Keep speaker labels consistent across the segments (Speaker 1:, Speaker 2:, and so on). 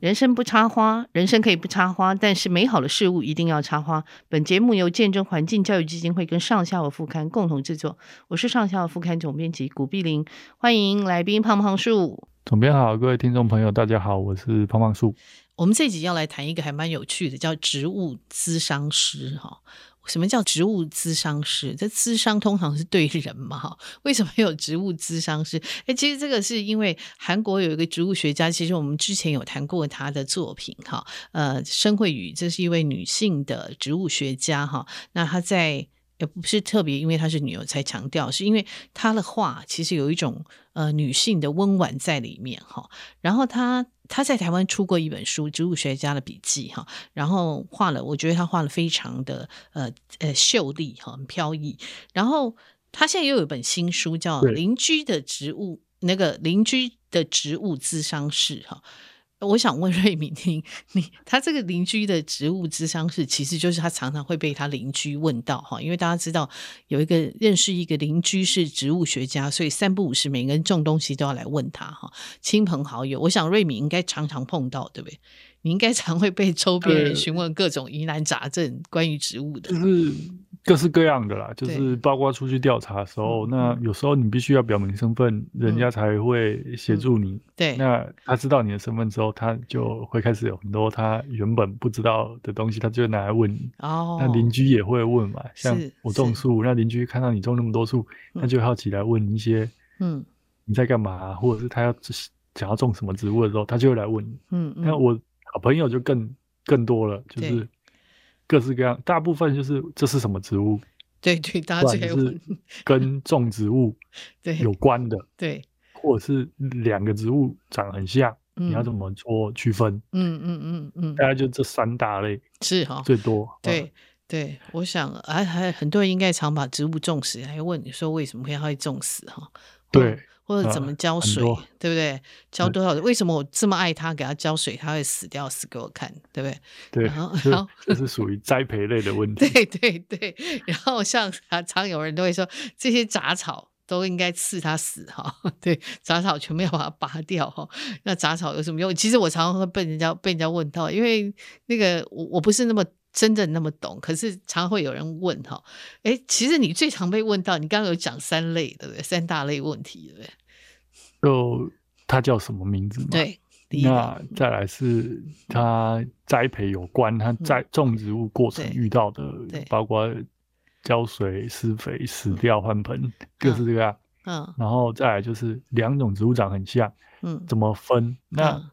Speaker 1: 人生不插花，人生可以不插花，但是美好的事物一定要插花。本节目由见证环境教育基金会跟上下游副刊共同制作，我是上下游副刊总编辑古碧玲，欢迎来宾胖胖树。
Speaker 2: 总编好，各位听众朋友，大家好，我是胖胖树。
Speaker 3: 我们这集要来谈一个还蛮有趣的，叫植物咨商师哈。什么叫植物咨商师？这咨商通常是对人嘛，哈？为什么有植物咨商师？哎，其实这个是因为韩国有一个植物学家，其实我们之前有谈过他的作品，哈。呃，申惠宇，这是一位女性的植物学家，哈。那她在也不是特别因为她是女，我才强调，是因为她的画其实有一种呃女性的温婉在里面，哈。然后她。他在台湾出过一本书《植物学家的笔记》哈，然后画了，我觉得他画的非常的呃呃秀丽哈，很飘逸。然后他现在又有一本新书叫《邻居的植物》，那个邻居的植物咨商室哈。我想问瑞敏听，你他这个邻居的植物咨商室，其实就是他常常会被他邻居问到哈，因为大家知道有一个认识一个邻居是植物学家，所以三不五时每个人种东西都要来问他哈，亲朋好友，我想瑞敏应该常常碰到，对不对？你应该常会被周边
Speaker 2: 呃
Speaker 3: 人询问各种疑难杂症关于植物的，
Speaker 2: 就是各式各样的啦，就
Speaker 3: 嗯对
Speaker 2: 是包括出去调查的时候，
Speaker 3: 嗯
Speaker 2: 那
Speaker 3: 嗯
Speaker 2: 有时候你必须要表明身份，人家
Speaker 3: 嗯
Speaker 2: 才会协助你。
Speaker 3: 对
Speaker 2: 那他知道你的身份之后，他就会开始有很多他原本不知道的东西，他就会拿来问你。
Speaker 3: 哦，
Speaker 2: 那邻居也会问嘛，像
Speaker 3: 是
Speaker 2: 我种
Speaker 3: 是
Speaker 2: 树，那邻居看到你种那么多树，他
Speaker 3: 嗯
Speaker 2: 就好奇来问你一些
Speaker 3: 嗯
Speaker 2: 你在干嘛、或者是他要想要种什么植物的时候，他就会来问你。
Speaker 3: 嗯嗯，
Speaker 2: 那我好朋友就更更多了，就
Speaker 3: 对
Speaker 2: 是各式各样，大部分就是这是什么植物，
Speaker 3: 对对，大
Speaker 2: 不
Speaker 3: 家
Speaker 2: 然
Speaker 3: 最爱
Speaker 2: 就是
Speaker 3: 问，
Speaker 2: 跟种植物
Speaker 3: 对
Speaker 2: 有关的，
Speaker 3: 对，
Speaker 2: 或者是两个植物长得很像，
Speaker 3: 嗯
Speaker 2: 你要怎么啊做区分？
Speaker 3: 嗯嗯嗯嗯，
Speaker 2: 大概就这三大类
Speaker 3: 是哈，
Speaker 2: 最多。
Speaker 3: 哦
Speaker 2: 嗯
Speaker 3: 对对，我想还还很多人应该常把植物种死，还问你说为什么会它会种死哈？或
Speaker 2: 对，
Speaker 3: 或者怎么
Speaker 2: 呃
Speaker 3: 浇
Speaker 2: 很
Speaker 3: 水，
Speaker 2: 多
Speaker 3: 对不对？浇
Speaker 2: 对
Speaker 3: 多少？为什么我这么爱它，给它浇水，它会死掉，死给我看，对不对？
Speaker 2: 对
Speaker 3: 然后，
Speaker 2: 这
Speaker 3: 然后
Speaker 2: 这是属于栽培类的问题。
Speaker 3: 对对对，然后像常常有人都会说，这些杂草都应该刺它死哈， 对，杂草全部要把它拔掉哈。那杂草有什么用？其实我常常会被人家被人家问到，因为那个我我不是那么真的那么懂，可是常会有人问哈，诶，其实你最常被问到，你刚刚有讲三类对不对？三大类问题对不对？
Speaker 2: 就它叫什么名字嘛？
Speaker 3: 对，啊第一
Speaker 2: 那
Speaker 3: 个
Speaker 2: 再来是它栽培有关，它栽种植物过程
Speaker 3: 嗯对
Speaker 2: 遇到的
Speaker 3: 对，
Speaker 2: 包括浇水、施肥、死掉、换盆，各式各样。
Speaker 3: 嗯
Speaker 2: 然后再来就是两种植物长很像，
Speaker 3: 嗯
Speaker 2: 怎么分？那
Speaker 3: 嗯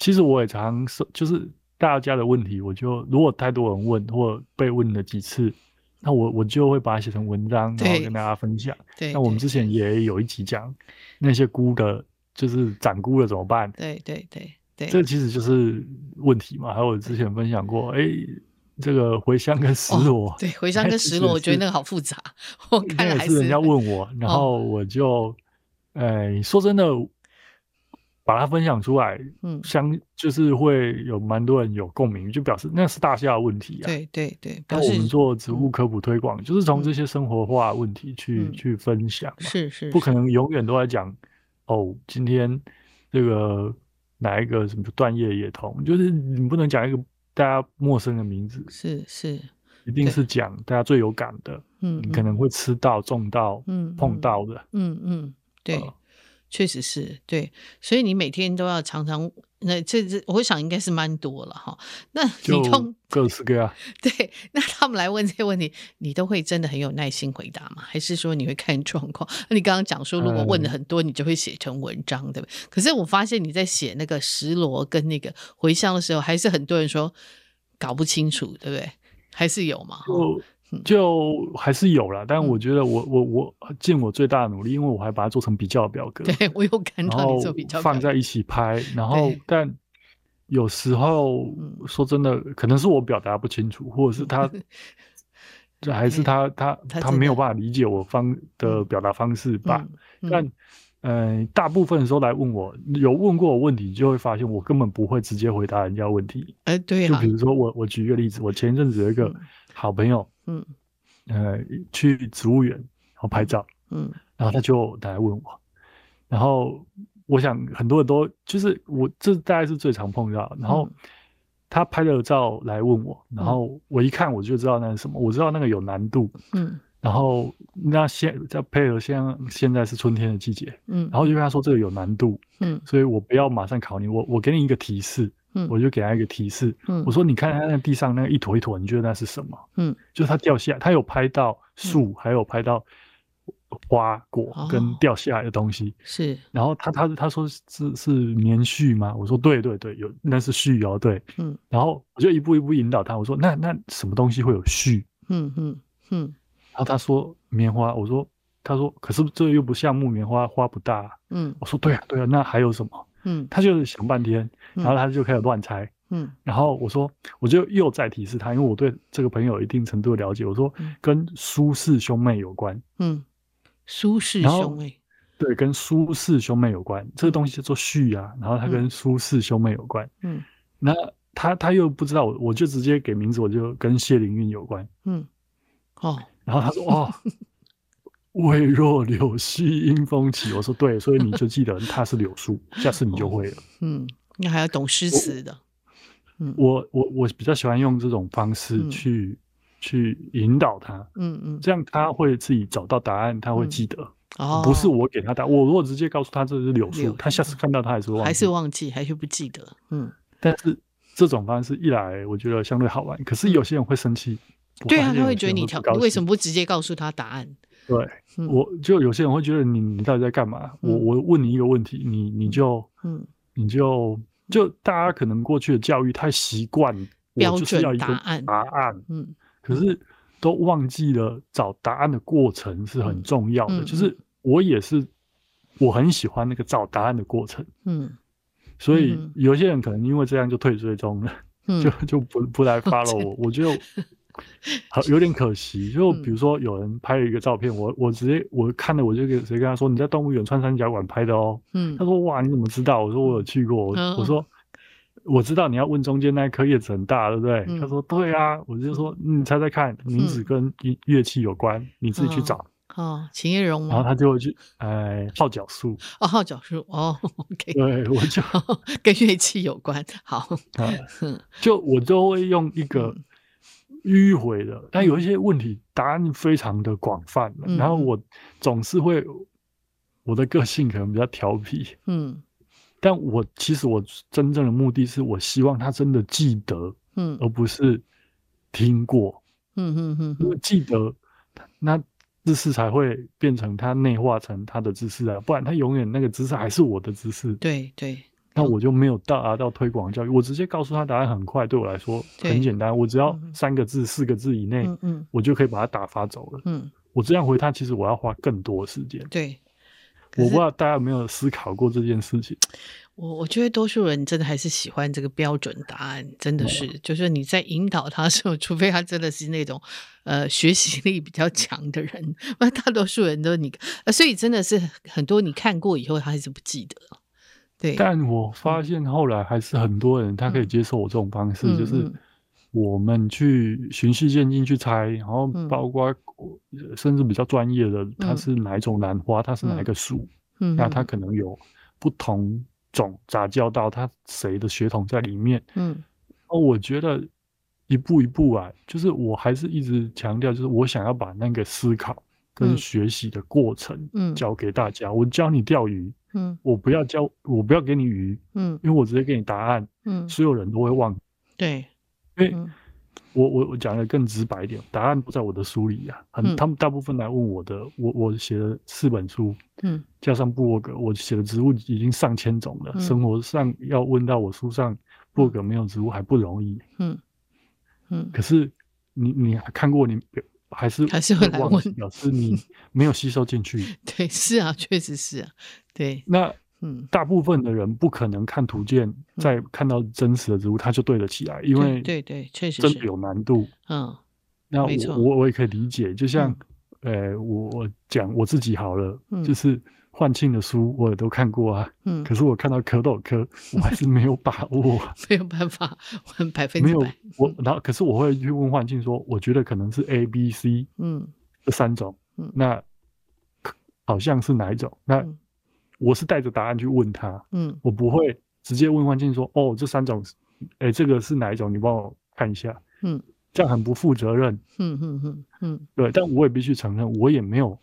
Speaker 2: 其实我也常说，就是大家的问题，我就如果太多人问或被问了几次，那我我就会把它写成文章，然后
Speaker 3: 对
Speaker 2: 跟大家分享。
Speaker 3: 对，
Speaker 2: 那我们
Speaker 3: 对
Speaker 2: 之前也有一集讲那些菇的，就是长菇了怎么办？
Speaker 3: 对对对对，啊
Speaker 2: 这其实就是问题嘛。还有我之前分享过，哎，这个茴香
Speaker 3: 哦
Speaker 2: 跟石螺，
Speaker 3: 对茴香跟
Speaker 2: 其
Speaker 3: 石
Speaker 2: 实
Speaker 3: 螺，我觉得
Speaker 2: 是
Speaker 3: 那个好复杂， 我看
Speaker 2: 那
Speaker 3: 了
Speaker 2: 也
Speaker 3: 还哦
Speaker 2: 是人家
Speaker 3: 很
Speaker 2: 问我，然后我就，哎，说真的，把它分享出来，
Speaker 3: 嗯
Speaker 2: 相就是会有蛮多人有共鸣，就表示那是大家的问题啊。
Speaker 3: 对对对，
Speaker 2: 那
Speaker 3: 表
Speaker 2: 我
Speaker 3: 示
Speaker 2: 们做植物科普推广，就是从这
Speaker 3: 嗯
Speaker 2: 些生活化问题去
Speaker 3: 嗯
Speaker 2: 去分享嘛。
Speaker 3: 是是
Speaker 2: 不可能永远都在讲哦，今天这个哪一个什么断叶野桐，就是你不能讲一个大家陌生的名字，
Speaker 3: 是是，
Speaker 2: 一定
Speaker 3: 对
Speaker 2: 是讲大家最有感的，
Speaker 3: 嗯，
Speaker 2: 你可能会吃到、种到、
Speaker 3: 嗯
Speaker 2: 碰，到的。
Speaker 3: 嗯嗯嗯，对
Speaker 2: 呃，
Speaker 3: 确实是对，所以你每天都要常常。那这这，我想应该是蛮多了哈。那
Speaker 2: 就
Speaker 3: 你通
Speaker 2: 各式各样，
Speaker 3: 对，那他们来问这些问题，你都会真的很有耐心回答吗？还是说你会看状况？ 那你刚刚讲说，如果
Speaker 2: 呃
Speaker 3: 问的很多，你就会写成文章，对不对？可是我发现你在写那个石螺跟那个茴香的时候，还是很多人说搞不清楚，对不对？还是有嘛？哈
Speaker 2: 就
Speaker 3: 嗯
Speaker 2: 就还是有啦。但
Speaker 3: 嗯
Speaker 2: 我觉得我我我尽我最大的努力，因为我还把它做成比较表格，
Speaker 3: 对我有看
Speaker 2: 嗯然
Speaker 3: 到
Speaker 2: 后
Speaker 3: 你做比较
Speaker 2: 放
Speaker 3: 表
Speaker 2: 在一起拍，然后
Speaker 3: 对
Speaker 2: 但有时候
Speaker 3: 嗯
Speaker 2: 说真的，可能是我表达不清楚，或者是 他，这还是
Speaker 3: 哎
Speaker 2: 他他
Speaker 3: 他
Speaker 2: 他
Speaker 3: 真
Speaker 2: 没有
Speaker 3: 的
Speaker 2: 办法理解我方的
Speaker 3: 嗯
Speaker 2: 表达方式吧。
Speaker 3: 嗯嗯
Speaker 2: 但呃，大部分的时候来问我，有问过我问题，就会发现我根本不会直接回答人家问题。
Speaker 3: 哎、对
Speaker 2: 就
Speaker 3: 啦
Speaker 2: 比，如说我我举一个例子，我前一阵子有一个
Speaker 3: 嗯
Speaker 2: 好朋友，
Speaker 3: 嗯
Speaker 2: 呃，去植物园然后拍照，
Speaker 3: 嗯
Speaker 2: 然后他就来问我，然后我想很多人都就是我这大概是最常碰到的。然后
Speaker 3: 嗯
Speaker 2: 他拍了照来问我，然后我一看我就知道那是什么，我知道那个有难度。
Speaker 3: 嗯
Speaker 2: 然后那现再配合现在现在是春天的季节，
Speaker 3: 嗯，
Speaker 2: 然后就跟他说这个有难度，
Speaker 3: 嗯
Speaker 2: 所以我不要马上考你，我我给你一个提示，
Speaker 3: 嗯
Speaker 2: 我就给他一个提示，
Speaker 3: 嗯
Speaker 2: 我说你看他那地上那一坨一坨，你觉得那是什么？
Speaker 3: 嗯，
Speaker 2: 就是它掉下来，它有拍到树，还有拍到花果
Speaker 3: 哦
Speaker 2: 跟掉下来的东西。
Speaker 3: 是
Speaker 2: 然后他他他说是是棉絮吗？我说对对对，有那是絮哦，对，
Speaker 3: 嗯。
Speaker 2: 然后我就一步一步引导他，我说那那什么东西会有絮？
Speaker 3: 嗯嗯嗯
Speaker 2: 然后他说棉花，我说他说可是这又不像木棉花，花不大啊、
Speaker 3: 嗯
Speaker 2: 我说对啊对啊，那还有什么？
Speaker 3: 嗯
Speaker 2: 他就想半天，
Speaker 3: 嗯
Speaker 2: 然后他就开始乱猜。
Speaker 3: 嗯
Speaker 2: 然后我说，我就又再提示他，因为我对这个朋友有一定程度的了解。我说
Speaker 3: 嗯，
Speaker 2: 跟苏氏兄妹有关，
Speaker 3: 嗯，苏轼
Speaker 2: 然后
Speaker 3: 兄哎，
Speaker 2: 对，跟苏氏兄妹有关。这个东西叫做续啊，然后它跟苏氏兄妹有关。
Speaker 3: 嗯
Speaker 2: 那他他又不知道，我我就直接给名字，我就跟谢灵运有关。
Speaker 3: 嗯，哦，
Speaker 2: 然后他说，哦，未若柳絮因风起。我说对，所以你就记得它是柳树，下次你就会了。
Speaker 3: 嗯，那还要懂诗词的，嗯
Speaker 2: 我我我比较喜欢用这种方式
Speaker 3: 嗯
Speaker 2: 去、去引导他。
Speaker 3: 嗯嗯，
Speaker 2: 这样他会自己找到答案，他会记得，
Speaker 3: 哦，
Speaker 2: 不是我给他答案。我如果直接告诉他这是柳
Speaker 3: 柳
Speaker 2: 树，
Speaker 3: 树
Speaker 2: 他下次看到他还是会忘记。
Speaker 3: 还是忘记，还是不记得，嗯，
Speaker 2: 但是这种方式一来，我觉得相对好玩。可是有些人会生气，我
Speaker 3: 对
Speaker 2: 发
Speaker 3: 啊，
Speaker 2: 现
Speaker 3: 他会
Speaker 2: 有些
Speaker 3: 觉得
Speaker 2: 人
Speaker 3: 你
Speaker 2: 不
Speaker 3: 调
Speaker 2: 高兴
Speaker 3: 为什么？不直接告诉他答案？
Speaker 2: 对，
Speaker 3: 嗯
Speaker 2: 我就有些人会觉得你你到底在干嘛？
Speaker 3: 嗯
Speaker 2: 我我问你一个问题，你你就
Speaker 3: 嗯，
Speaker 2: 你就就大家可能过去的教育太习惯，我
Speaker 3: 标
Speaker 2: 就是要
Speaker 3: 准
Speaker 2: 一个
Speaker 3: 答案，
Speaker 2: 答案，
Speaker 3: 嗯
Speaker 2: 可是都忘记了找答案的过程是很重要的。
Speaker 3: 嗯嗯
Speaker 2: 就是我也是，我很喜欢那个找答案的过程，
Speaker 3: 嗯
Speaker 2: 所以
Speaker 3: 嗯
Speaker 2: 有些人可能因为这样就退追踪了，
Speaker 3: 嗯，
Speaker 2: 就就不不来 follow 我，我就很有点可惜。就
Speaker 3: 嗯
Speaker 2: 比如说有人拍了一个照片，我我直接我看了我就给谁跟他说你在动物园穿三角馆拍的哦，
Speaker 3: 嗯
Speaker 2: 他说哇你怎么知道？我说我有去过，我
Speaker 3: 嗯嗯
Speaker 2: 我说。我知道你要问中间那一颗叶子很大，对不对？
Speaker 3: 嗯
Speaker 2: 他说对啊，我就说你猜猜看，名字跟乐乐器有关，你自己去找。
Speaker 3: 哦，秦叶荣
Speaker 2: 然后
Speaker 3: 吗？
Speaker 2: 他就会去，哎，号角树，
Speaker 3: 哦，号角树哦，OK，
Speaker 2: 对我就
Speaker 3: 跟乐器有关，好，
Speaker 2: 啊，
Speaker 3: 嗯
Speaker 2: 就我就会用一个迂回的，但有一些问题答案非常的广泛，
Speaker 3: 嗯
Speaker 2: 然后我总是会，我的个性可能比较调皮，
Speaker 3: 嗯
Speaker 2: 但我其实我真正的目的是我希望他真的记得，
Speaker 3: 嗯
Speaker 2: 而不是听过，
Speaker 3: 嗯嗯
Speaker 2: 因
Speaker 3: 嗯
Speaker 2: 为记得那知识才会变成他内化成他的知识啊，不然他永远那个知识还是我的知识，
Speaker 3: 对对，
Speaker 2: 那我就没有到达到推广教育，我直接告诉他答案很快，对我来说
Speaker 3: 对
Speaker 2: 很简单，我只要
Speaker 3: 嗯
Speaker 2: 三个字、四个字以内
Speaker 3: 嗯，嗯
Speaker 2: 我就可以把它打发走了。
Speaker 3: 嗯，
Speaker 2: 我这样回他，其实我要花更多的时间。
Speaker 3: 对。可
Speaker 2: 我不
Speaker 3: 是
Speaker 2: 知道大家有没有思考过这件事情。
Speaker 3: 我我觉得多数人真的还是喜欢这个标准答案，真
Speaker 2: 哦
Speaker 3: 的是，就是你在引导他的时候，除非他真的是那种呃学习力比较强的人，不然大多数人都你，呃，所以真的是很多你看过以后，他还是不记得。对，
Speaker 2: 但我发现后来还是很多人他可以
Speaker 3: 嗯
Speaker 2: 接受我这种方式，
Speaker 3: 嗯
Speaker 2: 就是
Speaker 3: 嗯
Speaker 2: 我们去循序渐进去猜，然后
Speaker 3: 嗯
Speaker 2: 包括呃甚至比较专业的，它
Speaker 3: 嗯
Speaker 2: 是哪一种兰花，它是哪一
Speaker 3: 嗯
Speaker 2: 个树，
Speaker 3: 嗯，
Speaker 2: 那它可能有不同种杂交到它谁的血统在里面。
Speaker 3: 嗯
Speaker 2: 哦，我觉得一步一步啊，就是我还是一直强调，就是我想要把那个思考跟
Speaker 3: 嗯
Speaker 2: 学习的过程
Speaker 3: 嗯
Speaker 2: 教给大家。我教你钓鱼，
Speaker 3: 嗯
Speaker 2: 我不要教，我不要给你鱼，
Speaker 3: 嗯
Speaker 2: 因为我直接给你答案，
Speaker 3: 嗯，
Speaker 2: 所有人都会忘。
Speaker 3: 对，
Speaker 2: 因为
Speaker 3: 嗯
Speaker 2: 我我我讲的更直白一点，答案不在我的书里啊，很
Speaker 3: 嗯
Speaker 2: 他们大部分来问我的，我我写了四本书，
Speaker 3: 嗯
Speaker 2: 加上部落格，我写的植物已经上千种了，
Speaker 3: 嗯
Speaker 2: 生活上要问到我书上部落格没有植物还不容易。
Speaker 3: 嗯嗯
Speaker 2: 可是你你看过你表还是
Speaker 3: 还是会来
Speaker 2: 忘
Speaker 3: 问
Speaker 2: 记表示 你没有吸收进去。
Speaker 3: 对，是啊，确实是啊，对，
Speaker 2: 那
Speaker 3: 嗯，
Speaker 2: 大部分的人不可能看图鉴，再看到真实的植物，他就对得起来，因为
Speaker 3: 对对对确实
Speaker 2: 真的
Speaker 3: 是
Speaker 2: 有难度。
Speaker 3: 嗯
Speaker 2: 那
Speaker 3: 没错
Speaker 2: 我我我也可以理解，就像呃，我我讲我自己好了，
Speaker 3: 嗯
Speaker 2: 就是幻庆的书我也都看过啊，
Speaker 3: 嗯，
Speaker 2: 可是我看到蝌蚪科，我还是没有把 握啊。
Speaker 3: 没有办法，我很百分
Speaker 2: 没
Speaker 3: 之
Speaker 2: 有
Speaker 3: 百，
Speaker 2: 我，然后可是我会去问幻境说，我觉得可能是 A、B、C
Speaker 3: 嗯
Speaker 2: 这三种，
Speaker 3: 嗯
Speaker 2: 那可好像是哪一种？那
Speaker 3: 嗯
Speaker 2: 我是带着答案去问他，
Speaker 3: 嗯
Speaker 2: 我不会直接问幻境说，哦，这三种，哎，这个是哪一种？你帮我看一下。
Speaker 3: 嗯，
Speaker 2: 这样很不负责任。
Speaker 3: 嗯嗯嗯嗯
Speaker 2: 对，但我也必须承认，我也没有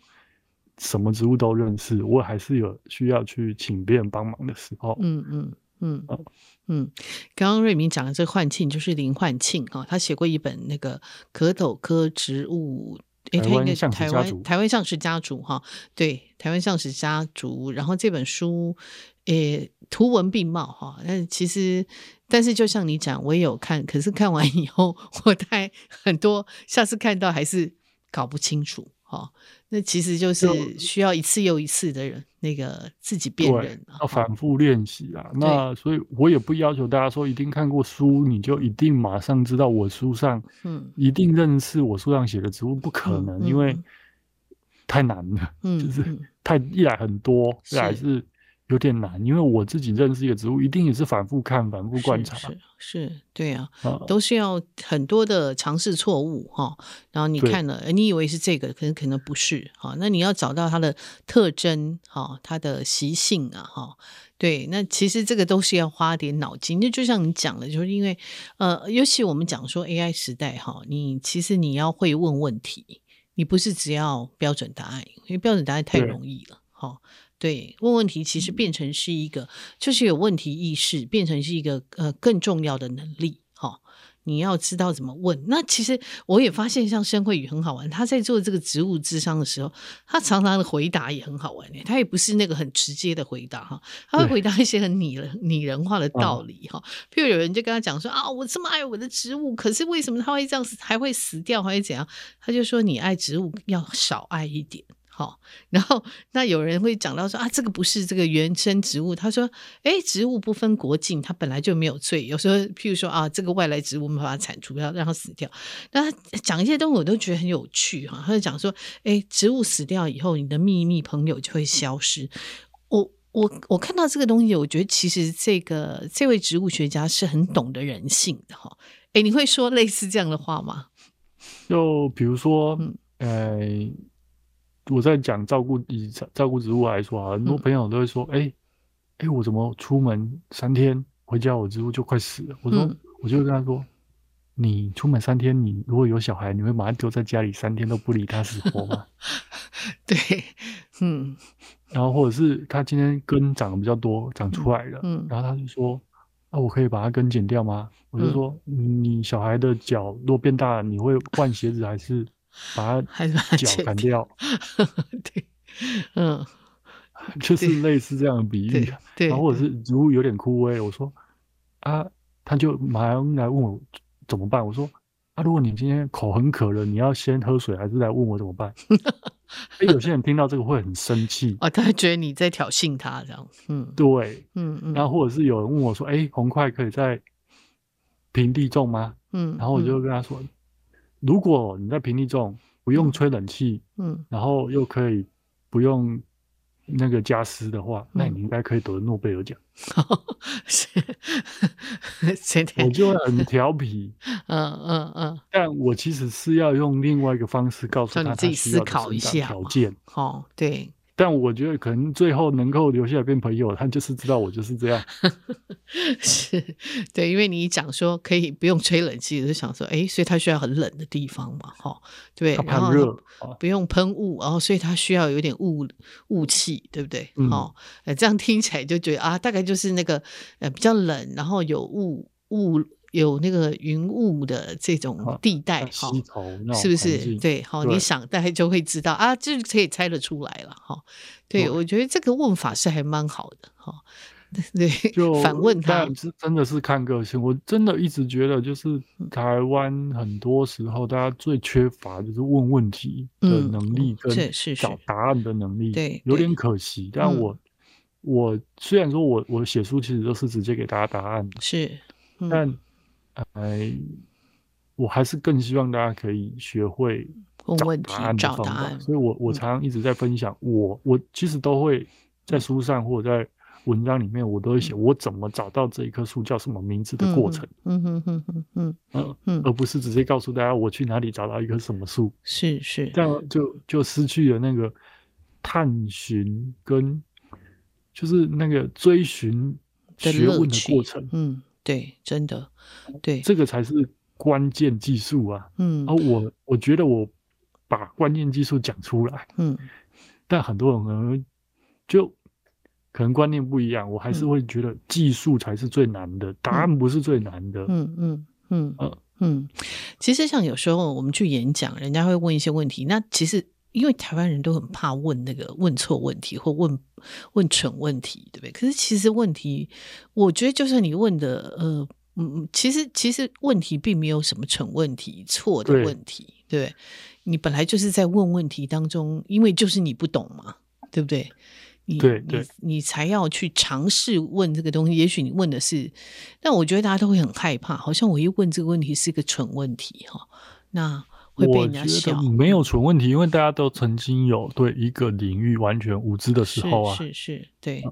Speaker 2: 什么植物都认识，我还是有需要去请别人帮忙的时候。
Speaker 3: 嗯嗯嗯
Speaker 2: 哦
Speaker 3: 嗯，刚刚瑞明讲的这个幻庆就是林幻庆啊、他写过一本那个可斗科植物。诶，
Speaker 2: 台
Speaker 3: 他应
Speaker 2: 湾
Speaker 3: 该
Speaker 2: 象石
Speaker 3: 台
Speaker 2: 家
Speaker 3: 湾
Speaker 2: 族
Speaker 3: 台湾象石家族哈，对，台湾象石家族。然后这本书，诶，图文并茂哈。但其实，但是就像你讲，我也有看，可是看完以后，我太很多下次看到还是搞不清楚哈。那其实就是
Speaker 2: 就
Speaker 3: 需要一次又一次的人那个自己辨
Speaker 2: 对
Speaker 3: 认啊
Speaker 2: 要反复练习啊。那所以我也不要求大家说一定看过书，你就一定马上知道我书上
Speaker 3: 嗯
Speaker 2: 一定认识我书上写的植物，不可
Speaker 3: 嗯
Speaker 2: 能，
Speaker 3: 嗯
Speaker 2: 因为
Speaker 3: 嗯
Speaker 2: 太难了。
Speaker 3: 嗯，
Speaker 2: 就是
Speaker 3: 嗯
Speaker 2: 太一来很多，
Speaker 3: 是
Speaker 2: 二来是有点难，因为我自己认识一个植物，一定也是反复看、反复观察
Speaker 3: 是是是，对啊，
Speaker 2: 啊。
Speaker 3: 都是要很多的尝试错误哈、然后你
Speaker 2: 对
Speaker 3: 看了，呃你以为是这个，可能可能不是哈、那你要找到它的特征哈、它的习性啊哈、对，那其实这个都是要花点脑筋。那就像你讲的，就是因为呃，尤其我们讲说 AI 时代哈、你其实你要会问问题，你不是只要标准答案，因为标准答案太
Speaker 2: 对
Speaker 3: 容易了哈、对，问问题其实变成是一个，就是有问题意识，变成是一个呃更重要的能力哈、你要知道怎么问。那其实我也发现，像申慧宇很好玩，他在做这个植物智商的时候，他常常的回答也很好玩耶他也不是那个很直接的回答哈，他会
Speaker 2: 对
Speaker 3: 回答一些很拟人拟人化的道理哈。譬如有人就跟他讲说啊，我这么爱我的植物，可是为什么它会这样死，还会死掉，还会怎样？他就说你爱植物要少爱一点。好，然后那有人会讲到说啊，这个不是这个原生植物。他说，哎，植物不分国境，它本来就没有罪。有时候，譬如说啊，这个外来植物我们把它铲除，要让它死掉。那他讲一些东西，我都觉得很有趣哈、他就讲说，哎，植物死掉以后，你的秘密朋友就会消失。我我我看到这个东西，我觉得其实这个这位植物学家是很懂得人性的哈、哎，你会说类似这样的话吗？
Speaker 2: 就比如说
Speaker 3: 嗯，
Speaker 2: 呃，我在讲照顾以照顾植物来说啊，很多
Speaker 3: 嗯
Speaker 2: 朋友都会说，哎、哎、我怎么出门三天回家，我植物就快死了？我说，
Speaker 3: 嗯
Speaker 2: 我就跟他说。你出门三天，你如果有小孩，你会把他丢在家里三天都不理他死活吗？
Speaker 3: 对，嗯
Speaker 2: 然后或者是他今天根长得比较多，长出来了，
Speaker 3: 嗯
Speaker 2: 然后他就说：“啊，我可以把它根剪掉吗？”我就
Speaker 3: 嗯
Speaker 2: 说：“你小孩的脚如果变大了，你会换鞋子还是把
Speaker 3: 还是把
Speaker 2: 它
Speaker 3: 它
Speaker 2: 脚
Speaker 3: 剪
Speaker 2: 砍
Speaker 3: 掉
Speaker 2: 掉
Speaker 3: 对，嗯，？”
Speaker 2: 就是
Speaker 3: 对
Speaker 2: 类似这样的比喻
Speaker 3: 对
Speaker 2: 啊。
Speaker 3: 对，
Speaker 2: 然后或者是植物有点枯萎了，我说：“啊，他就马上来问我怎么办。”我说：“啊，如果你今天口很渴了，你要先喝水还是来问我怎么办？”哎，有些人听到这个会很生气，
Speaker 3: 哦，他会觉得你在挑衅他这样，嗯
Speaker 2: 对。
Speaker 3: 嗯嗯，
Speaker 2: 然
Speaker 3: 后
Speaker 2: 后或者是有人问我说：“哎、红块可以在平地种吗
Speaker 3: 嗯，？”
Speaker 2: 然后我就跟他说：“如果你在平地种，不用吹冷气，
Speaker 3: 嗯
Speaker 2: 然后又可以不用那个加湿的话，那你应该可以得诺贝尔 奖。
Speaker 3: 嗯是真的
Speaker 2: 我，就会很调皮，
Speaker 3: 嗯嗯嗯，
Speaker 2: 但我其实是要用另外一个方式告诉
Speaker 3: 叫你
Speaker 2: 他
Speaker 3: 自
Speaker 2: 他
Speaker 3: 己
Speaker 2: 需要
Speaker 3: 思考
Speaker 2: 的
Speaker 3: 一
Speaker 2: 生长
Speaker 3: 下
Speaker 2: 条
Speaker 3: 嘛
Speaker 2: 件。
Speaker 3: 哦对，
Speaker 2: 但我觉得可能最后能够留下来变朋友，他就是知道我就是这样。
Speaker 3: 是，对，因为你一讲说可以不用吹冷气，我就想说，诶，所以它需要很冷的地方嘛，哈、对，
Speaker 2: 他
Speaker 3: 然
Speaker 2: 怕
Speaker 3: 后它
Speaker 2: 热啊，
Speaker 3: 不用喷雾，然、后所以它需要有点雾雾气，对不对？
Speaker 2: 嗯
Speaker 3: 哦，呃，这样听起来就觉得啊，大概就是那个呃比较冷，然后有雾雾有那个云雾的这种
Speaker 2: 啊
Speaker 3: 地带，哈、
Speaker 2: 吸头那种
Speaker 3: 哎是不
Speaker 2: 环
Speaker 3: 是？
Speaker 2: 境
Speaker 3: 对，好，
Speaker 2: 对
Speaker 3: 你想大概就会知道啊，这可以猜得出来了，哈、对，
Speaker 2: 对
Speaker 3: 我觉得这个问法是还蛮好的，哈、 对，
Speaker 2: 就
Speaker 3: 反问他，
Speaker 2: 但是真的是看个性。我真的一直觉得，就是
Speaker 3: 嗯
Speaker 2: 台湾很多时候大家最缺乏就是问问题的
Speaker 3: 嗯
Speaker 2: 能力跟
Speaker 3: 这是是
Speaker 2: 找答案的能力，
Speaker 3: 对
Speaker 2: 有
Speaker 3: 对
Speaker 2: 点可惜。但
Speaker 3: 嗯
Speaker 2: 我我虽然说我我写书其实都是直接给大家答案的，
Speaker 3: 是，嗯
Speaker 2: 但哎，我还是更希望大家可以学会
Speaker 3: 问
Speaker 2: 找
Speaker 3: 问
Speaker 2: 答
Speaker 3: 题
Speaker 2: 案的
Speaker 3: 找
Speaker 2: 方
Speaker 3: 答
Speaker 2: 法
Speaker 3: 案
Speaker 2: 所以我我
Speaker 3: 嗯
Speaker 2: 常常一直在分享，我我其实都会在书上或者在文章里面，我都会写我怎么找到这一棵树叫什么名字的过程，
Speaker 3: 嗯哼哼哼哼
Speaker 2: 嗯，
Speaker 3: 哼
Speaker 2: 而
Speaker 3: 哼，
Speaker 2: 不是直接告诉大家我去哪里找到一棵什么树，
Speaker 3: 是是
Speaker 2: 这，样就就失去了那个探寻跟就是那个追寻
Speaker 3: 的
Speaker 2: 学
Speaker 3: 乐
Speaker 2: 问的
Speaker 3: 趣
Speaker 2: 过程，哦
Speaker 3: 嗯，对，真的，对，
Speaker 2: 这个才是关键技术啊。
Speaker 3: 嗯
Speaker 2: 而我我觉得我把关键技术讲出来，
Speaker 3: 嗯
Speaker 2: 但很多人可能就可能观念不一样，我还是
Speaker 3: 嗯
Speaker 2: 会觉得技术才是最难的，答案不是最难的。
Speaker 3: 嗯嗯嗯
Speaker 2: 呃
Speaker 3: 嗯，其实像有时候我们去演讲，人家会问一些问题，那其实。因为台湾人都很怕问那个问错问题或问问蠢问题，对不对？可是其实问题，我觉得就算你问的，呃，嗯，嗯其实其实问题并没有什么蠢问题、错的
Speaker 2: 对
Speaker 3: 问题，对不对？你本来就是在问问题当中，因为就是你不懂嘛，对不对？你
Speaker 2: 对对
Speaker 3: 你，你才要去尝试问这个东西。也许你问的是，但我觉得大家都会很害怕，好像我一问这个问题是个蠢问题哈、那会被
Speaker 2: 我
Speaker 3: 人家
Speaker 2: 觉
Speaker 3: 笑
Speaker 2: 得。没有纯问题，因为大家都曾经有对一个领域完全无知的时候啊。
Speaker 3: 是是是，对、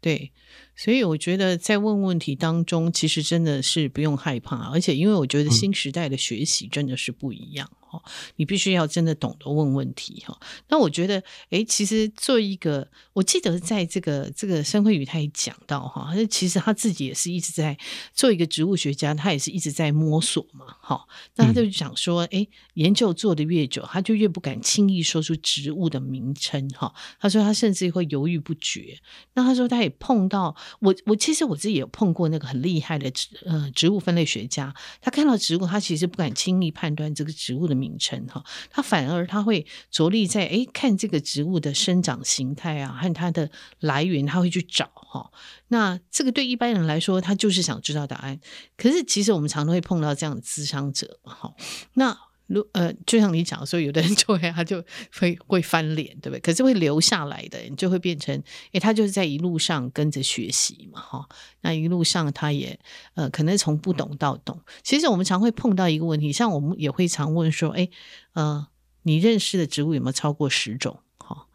Speaker 3: 对，所以我觉得在问问题当中，其实真的是不用害怕，而且因为我觉得
Speaker 2: 嗯
Speaker 3: 新时代的学习真的是不一样哦，你必须要真的懂得问问题哈、哦。那我觉得，诶，其实做一个，我记得在这个这个申慧宇他也讲到哈，他其实他自己也是一直在做一个植物学家，他也是一直在摸索嘛，哈、那他就想说，诶，研究做得越久，他就越不敢轻易说出植物的名称哈、他说他甚至会犹豫不决。那他说他也碰到我，我其实我自己也碰过那个很厉害的植呃植物分类学家，他看到植物，他其实不敢轻易判断这个植物的名称哈，他反而他会着力在诶看这个植物的生长形态啊和它的来源，他会去找哈。那这个对一般人来说，他就是想知道答案。可是其实我们常常会碰到这样的咨商者嘛哈，那如呃，就像你讲说，有的人就 会他就会会翻脸，对不对？可是会留下来的人就会变成，诶，他就是在一路上跟着学习嘛，哈。那一路上他也呃，可能从不懂到懂。其实我们常会碰到一个问题，像我们也会常问说，诶，呃，你认识的植物有没有超过十种？哈，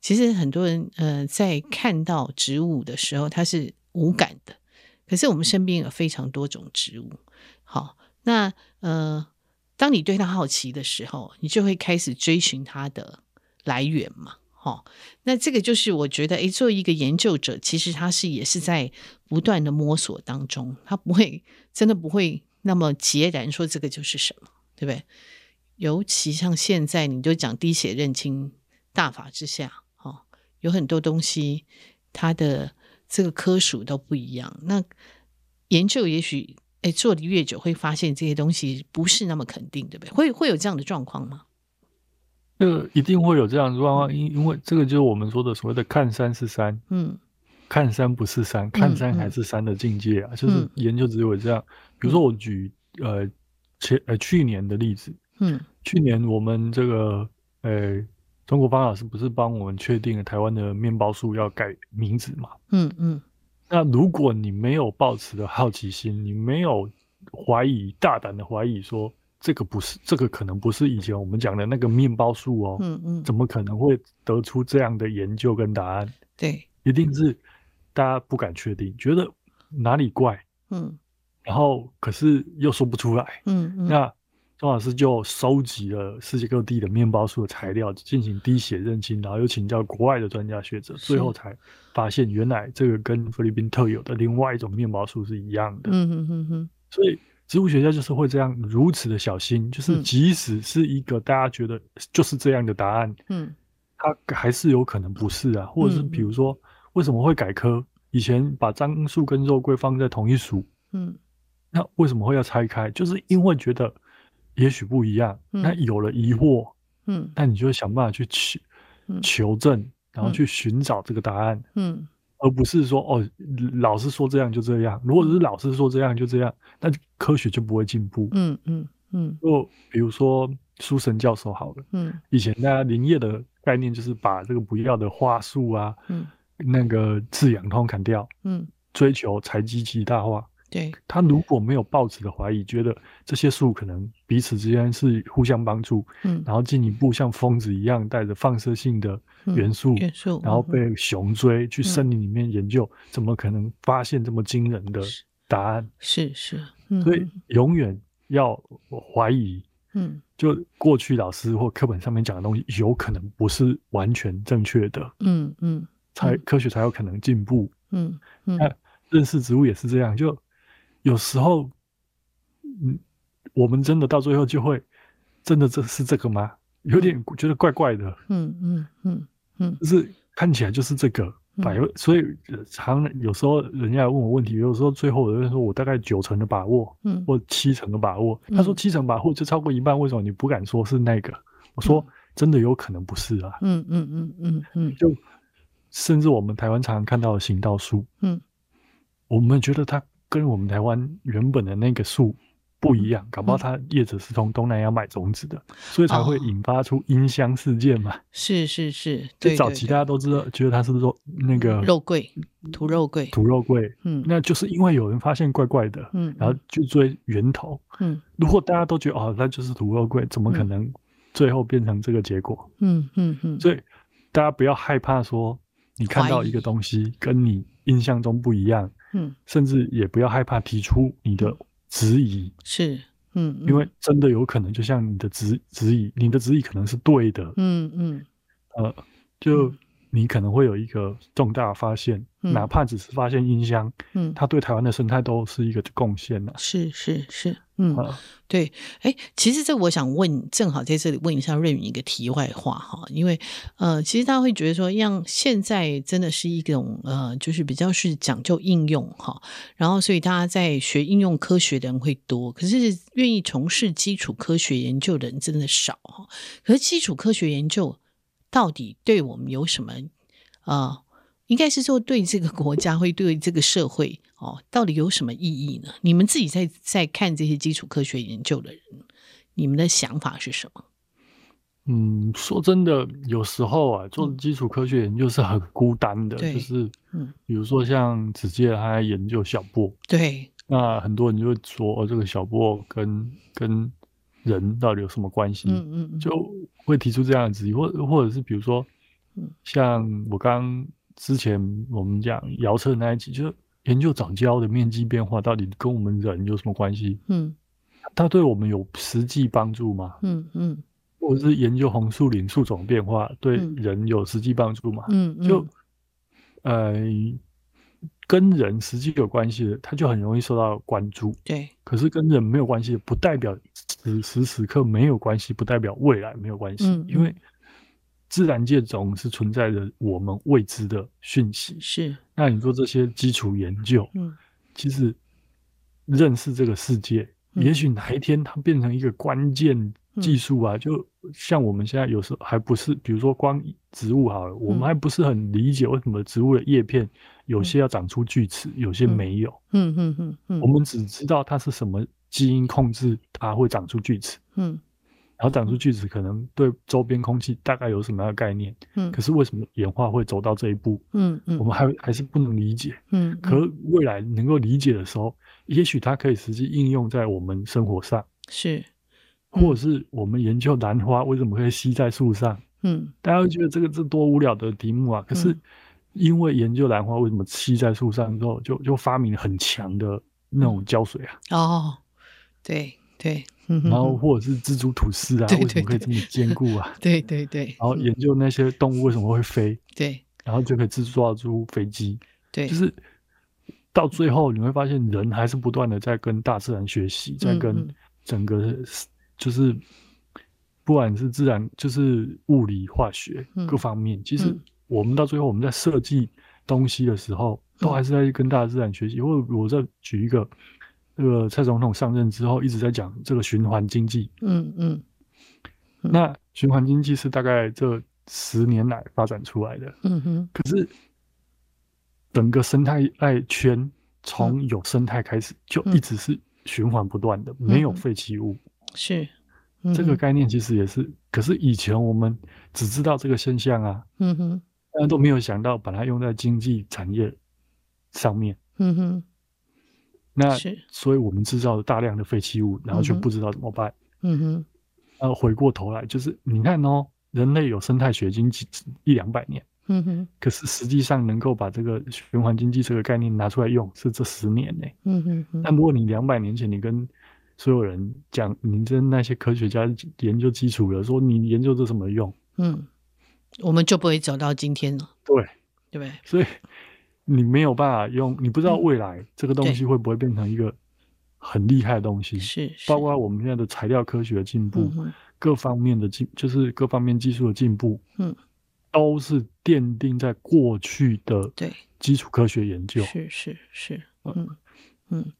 Speaker 3: 其实很多人呃在看到植物的时候，他是无感的。可是我们身边有非常多种植物，好，那呃，当你对它好奇的时候，你就会开始追寻它的来源嘛。哦，那这个就是我觉得，诶，作为一个研究者，其实他是也是在不断的摸索当中，他不会真的不会那么截然说这个就是什么，对不对？尤其像现在，你就讲滴血认亲大法之下，哦，有很多东西它的这个科属都不一样。那研究也许，哎，做的越久，会发现这些东西不是那么肯定，对不对？会会有这样的状况吗？
Speaker 2: 这个一定会有这样的状况，因因为这个就是我们说的所谓的看山是山，
Speaker 3: 嗯
Speaker 2: 看山不是山，看山
Speaker 3: 嗯
Speaker 2: 还是山的境界啊。就是
Speaker 3: 嗯
Speaker 2: 研究只有这样。比如说我举呃前呃去年的例子，
Speaker 3: 嗯
Speaker 2: 去年我们这个呃中国方老师不是帮我们确定了台湾的面包树要改名字嘛？
Speaker 3: 嗯嗯
Speaker 2: 那如果你没有抱持的好奇心，你没有怀疑大胆的怀疑说这个不是这个可能不是以前我们讲的那个面包树哦，
Speaker 3: 嗯嗯，
Speaker 2: 怎么可能会得出这样的研究跟答案？
Speaker 3: 对，
Speaker 2: 一定是大家不敢确定，觉得哪里怪，
Speaker 3: 嗯
Speaker 2: 然后可是又说不出来。
Speaker 3: 嗯嗯，
Speaker 2: 那钟老师就收集了世界各地的面包树的材料，进行滴血认亲，然后又请教国外的专家学者，
Speaker 3: 是
Speaker 2: 最后才发现原来这个跟菲律宾特有的另外一种面包树是一样的。
Speaker 3: 嗯嗯嗯嗯
Speaker 2: 所以植物学家就是会这样如此的小心，就是
Speaker 3: 嗯
Speaker 2: 即使是一个大家觉得就是这样的答案，
Speaker 3: 嗯
Speaker 2: 它还是有可能不是啊，或者是
Speaker 3: 嗯
Speaker 2: 比如说为什么会改科？以前把樟树跟肉桂放在同一属，
Speaker 3: 嗯
Speaker 2: 那为什么会要拆开？就是因为觉得也许不一样，
Speaker 3: 嗯
Speaker 2: 那有了疑惑，
Speaker 3: 嗯
Speaker 2: 那你就想办法去求
Speaker 3: 嗯
Speaker 2: 求证，然后
Speaker 3: 嗯
Speaker 2: 去寻找这个答案，
Speaker 3: 嗯
Speaker 2: 而不是说哦，老师说这样就这样。如果是老师说这样就这样，那科学就不会进步。
Speaker 3: 嗯嗯嗯
Speaker 2: 就比如说苏神教授好了，
Speaker 3: 嗯
Speaker 2: 以前大家林业的概念就是把这个不要的桦树啊，
Speaker 3: 嗯
Speaker 2: 那个自养通砍掉，
Speaker 3: 嗯，
Speaker 2: 追求采集极大化。
Speaker 3: 对，
Speaker 2: 他如果没有抱持的怀疑，觉得这些树可能彼此之间是互相帮助，
Speaker 3: 嗯
Speaker 2: 然后进一步像疯子一样带着放射性的
Speaker 3: 嗯
Speaker 2: 元素，
Speaker 3: 元素，
Speaker 2: 然后
Speaker 3: 嗯
Speaker 2: 被熊追去森林里面研究，怎么可能发现这么惊人的
Speaker 3: 是
Speaker 2: 答案？
Speaker 3: 是是，嗯
Speaker 2: 所以永远要怀疑，
Speaker 3: 嗯
Speaker 2: 就过去老师或课本上面讲的东西，有可能不是完全正确的。
Speaker 3: 嗯嗯
Speaker 2: 才
Speaker 3: 嗯
Speaker 2: 科学才有可能进步。
Speaker 3: 嗯嗯
Speaker 2: 哎认识植物也是这样，就有时候，嗯，我们真的到最后就会，真的这是这个吗？有点觉得怪怪的，
Speaker 3: 嗯嗯嗯嗯
Speaker 2: 就是看起来就是这个
Speaker 3: 嗯
Speaker 2: 百分，所以呃常有时候人家来问我问题，有时候最后我就会说我大概九成的把握
Speaker 3: 嗯
Speaker 2: 或七成的把握。他说
Speaker 3: 嗯
Speaker 2: 七成把握就超过一半，为什么你不敢说是那个？我说真的有可能不是啊，
Speaker 3: 嗯嗯嗯嗯嗯
Speaker 2: 就甚至我们台湾常常看到的行道树，
Speaker 3: 嗯，
Speaker 2: 我们觉得它跟我们台湾原本的那个树不一样，搞不好它叶子是从东南亚买种子的，所以才会
Speaker 3: 嗯哦
Speaker 2: 引发出音箱事件嘛。
Speaker 3: 是是是，
Speaker 2: 就
Speaker 3: 对
Speaker 2: 早
Speaker 3: 对
Speaker 2: 期
Speaker 3: 对嗯
Speaker 2: 大家都知道，觉得它是肉那个
Speaker 3: 肉桂土肉桂，
Speaker 2: 土肉桂，
Speaker 3: 嗯
Speaker 2: 那就是因为有人发现怪怪的，
Speaker 3: 嗯，
Speaker 2: 然后去追源头。
Speaker 3: 嗯
Speaker 2: 如果大家都觉得哦，那就是土肉桂，怎么可
Speaker 3: 嗯
Speaker 2: 能最后变成这个结果？
Speaker 3: 嗯嗯嗯，
Speaker 2: 所以大家不要害怕说你看到
Speaker 3: 怀疑
Speaker 2: 一个东西跟你印象中不一样，
Speaker 3: 嗯
Speaker 2: 甚至也不要害怕提出你的质疑，
Speaker 3: 是嗯，
Speaker 2: 因为真的有可能就像你的质质疑，你的质疑可能是对的，
Speaker 3: 嗯嗯
Speaker 2: 呃，就
Speaker 3: 嗯
Speaker 2: 你可能会有一个重大发现，
Speaker 3: 嗯
Speaker 2: 哪怕只是发现音箱，
Speaker 3: 嗯，
Speaker 2: 它对台湾的生态都是一个啊贡献呐、
Speaker 3: 是是是，嗯
Speaker 2: 啊。
Speaker 3: 对，哎，其实这我想问，正好在这里问一下瑞云一个题外话哈，因为呃，其实大家会觉得说，像现在真的是一种呃，就是比较是讲究应用哈，然后所以大家在学应用科学的人会多，可是愿意从事基础科学研究的人真的少哈。可是基础科学研究到底对我们有什么呃，应该是说对这个国家会对这个社会哦，到底有什么意义呢？你们自己在在看这些基础科学研究的人，你们的想法是什么？
Speaker 2: 嗯，说真的，有时候啊，做
Speaker 3: 嗯
Speaker 2: 基础科学研究是很孤单的，
Speaker 3: 对
Speaker 2: 就是，
Speaker 3: 嗯
Speaker 2: 比如说像子健他在研究小波，
Speaker 3: 对，
Speaker 2: 那很多人就会说，哦，这个小波跟跟人到底有什么关系？
Speaker 3: 嗯嗯嗯，
Speaker 2: 就会提出这样的质疑，或或者是比如说
Speaker 3: 嗯，
Speaker 2: 像我刚之前我们讲姚策那一集，就是研究藻礁的面积变化到底跟我们人有什么关系？
Speaker 3: 嗯
Speaker 2: 它对我们有实际帮助吗？
Speaker 3: 嗯嗯
Speaker 2: 或者是研究红树林树种变化对
Speaker 3: 嗯
Speaker 2: 人有实际帮助吗？
Speaker 3: 嗯，嗯
Speaker 2: 就呃，跟人实际有关系的，它就很容易受到关注。
Speaker 3: 对，
Speaker 2: 可是跟人没有关系，不代表此时此刻没有关系，不代表未来没有关系，
Speaker 3: 嗯
Speaker 2: 因为
Speaker 3: 嗯
Speaker 2: 自然界总是存在着我们未知的讯息。
Speaker 3: 是，
Speaker 2: 那你做这些基础研究，
Speaker 3: 嗯
Speaker 2: 其实认识这个世界，
Speaker 3: 嗯
Speaker 2: 也许哪一天它变成一个关键技术啊，就像我们现在有时候还不是，比如说光植物好了，我们
Speaker 3: 嗯
Speaker 2: 还不是很理解为什么植物的叶片有些要长出锯齿，有些没有，
Speaker 3: 嗯嗯嗯嗯，
Speaker 2: 我们只知道它是什么基因控制它会长出锯齿。
Speaker 3: 嗯
Speaker 2: 然后长出锯齿可能对周边空气大概有什么样的概念？
Speaker 3: 嗯
Speaker 2: 可是为什么演化会走到这一步？
Speaker 3: 嗯嗯，
Speaker 2: 我们还还是不能理解。
Speaker 3: 嗯
Speaker 2: 可未来能够理解的时候，也许它可以实际应用在我们生活上，
Speaker 3: 是
Speaker 2: 或者是我们研究兰花为什么会吸在树上，
Speaker 3: 嗯
Speaker 2: 大家会觉得这个这多无聊的题目啊！可是
Speaker 3: 嗯
Speaker 2: 因为研究兰花为什么吸在树上之后，就就发明了很强的那
Speaker 3: 嗯
Speaker 2: 种胶水啊，
Speaker 3: 哦，对对，
Speaker 2: 然
Speaker 3: 然
Speaker 2: 后或者是蜘蛛吐丝啊，
Speaker 3: 嗯对
Speaker 2: 为什么可以
Speaker 3: 对
Speaker 2: 这么坚固啊？
Speaker 3: 对对对，
Speaker 2: 然后
Speaker 3: 嗯
Speaker 2: 研究那些动物为什么会飞，
Speaker 3: 对
Speaker 2: 然后就可以制造出飞机，
Speaker 3: 对，
Speaker 2: 就是到最后你会发现，人还是不断的在跟大自然学习，在
Speaker 3: 嗯
Speaker 2: 跟
Speaker 3: 嗯
Speaker 2: 整个就是不管是自然，就是物理、化学
Speaker 3: 嗯
Speaker 2: 各方面，其实
Speaker 3: 嗯
Speaker 2: 我们到最后我们在设计东西的时候，都
Speaker 3: 嗯
Speaker 2: 还是在跟大自然学习。或者我再举一个，那个蔡总统上任之后一直在讲这个循环经济，
Speaker 3: 嗯嗯嗯
Speaker 2: 那循环经济是大概这十年来发展出来的。
Speaker 3: 嗯哼，
Speaker 2: 可是整个生态圈从有生态开始，就一直是循环不断的，没有
Speaker 3: 嗯嗯
Speaker 2: 废弃物。
Speaker 3: 是
Speaker 2: 这个
Speaker 3: 嗯哼
Speaker 2: 概念其实也是，可是以前我们只知道这个现象啊，
Speaker 3: 嗯哼
Speaker 2: 但都没有想到把它用在经济产业上面。
Speaker 3: 嗯哼。
Speaker 2: 那
Speaker 3: 是
Speaker 2: 所以我们制造了大量的废弃物，然后就
Speaker 3: 嗯哼
Speaker 2: 不知道怎么办。
Speaker 3: 嗯哼，
Speaker 2: 那、回过头来，就是你看哦，人类有生态学经济一两百年。
Speaker 3: 嗯哼，
Speaker 2: 可是实际上能够把这个循环经济这个概念拿出来用，是这十年内、
Speaker 3: 嗯哼嗯
Speaker 2: 那如果你两百年前你跟所有人讲，你跟那些科学家研究基础的说你研究这什么用？
Speaker 3: 哼，嗯，我们就不会走到今天了。
Speaker 2: 对，
Speaker 3: 对嗯不对？
Speaker 2: 所以你没有办法用，你不知道未来这个东西会不会变成一个很厉害的东西。
Speaker 3: 是，是
Speaker 2: 包括我们现在的材料科学的进步
Speaker 3: 嗯，哼
Speaker 2: 各方面的进，就是各方面技术的进步，
Speaker 3: 嗯，
Speaker 2: 都是奠定在过去的
Speaker 3: 对，
Speaker 2: 基础科学研究。
Speaker 3: 是是是，嗯嗯，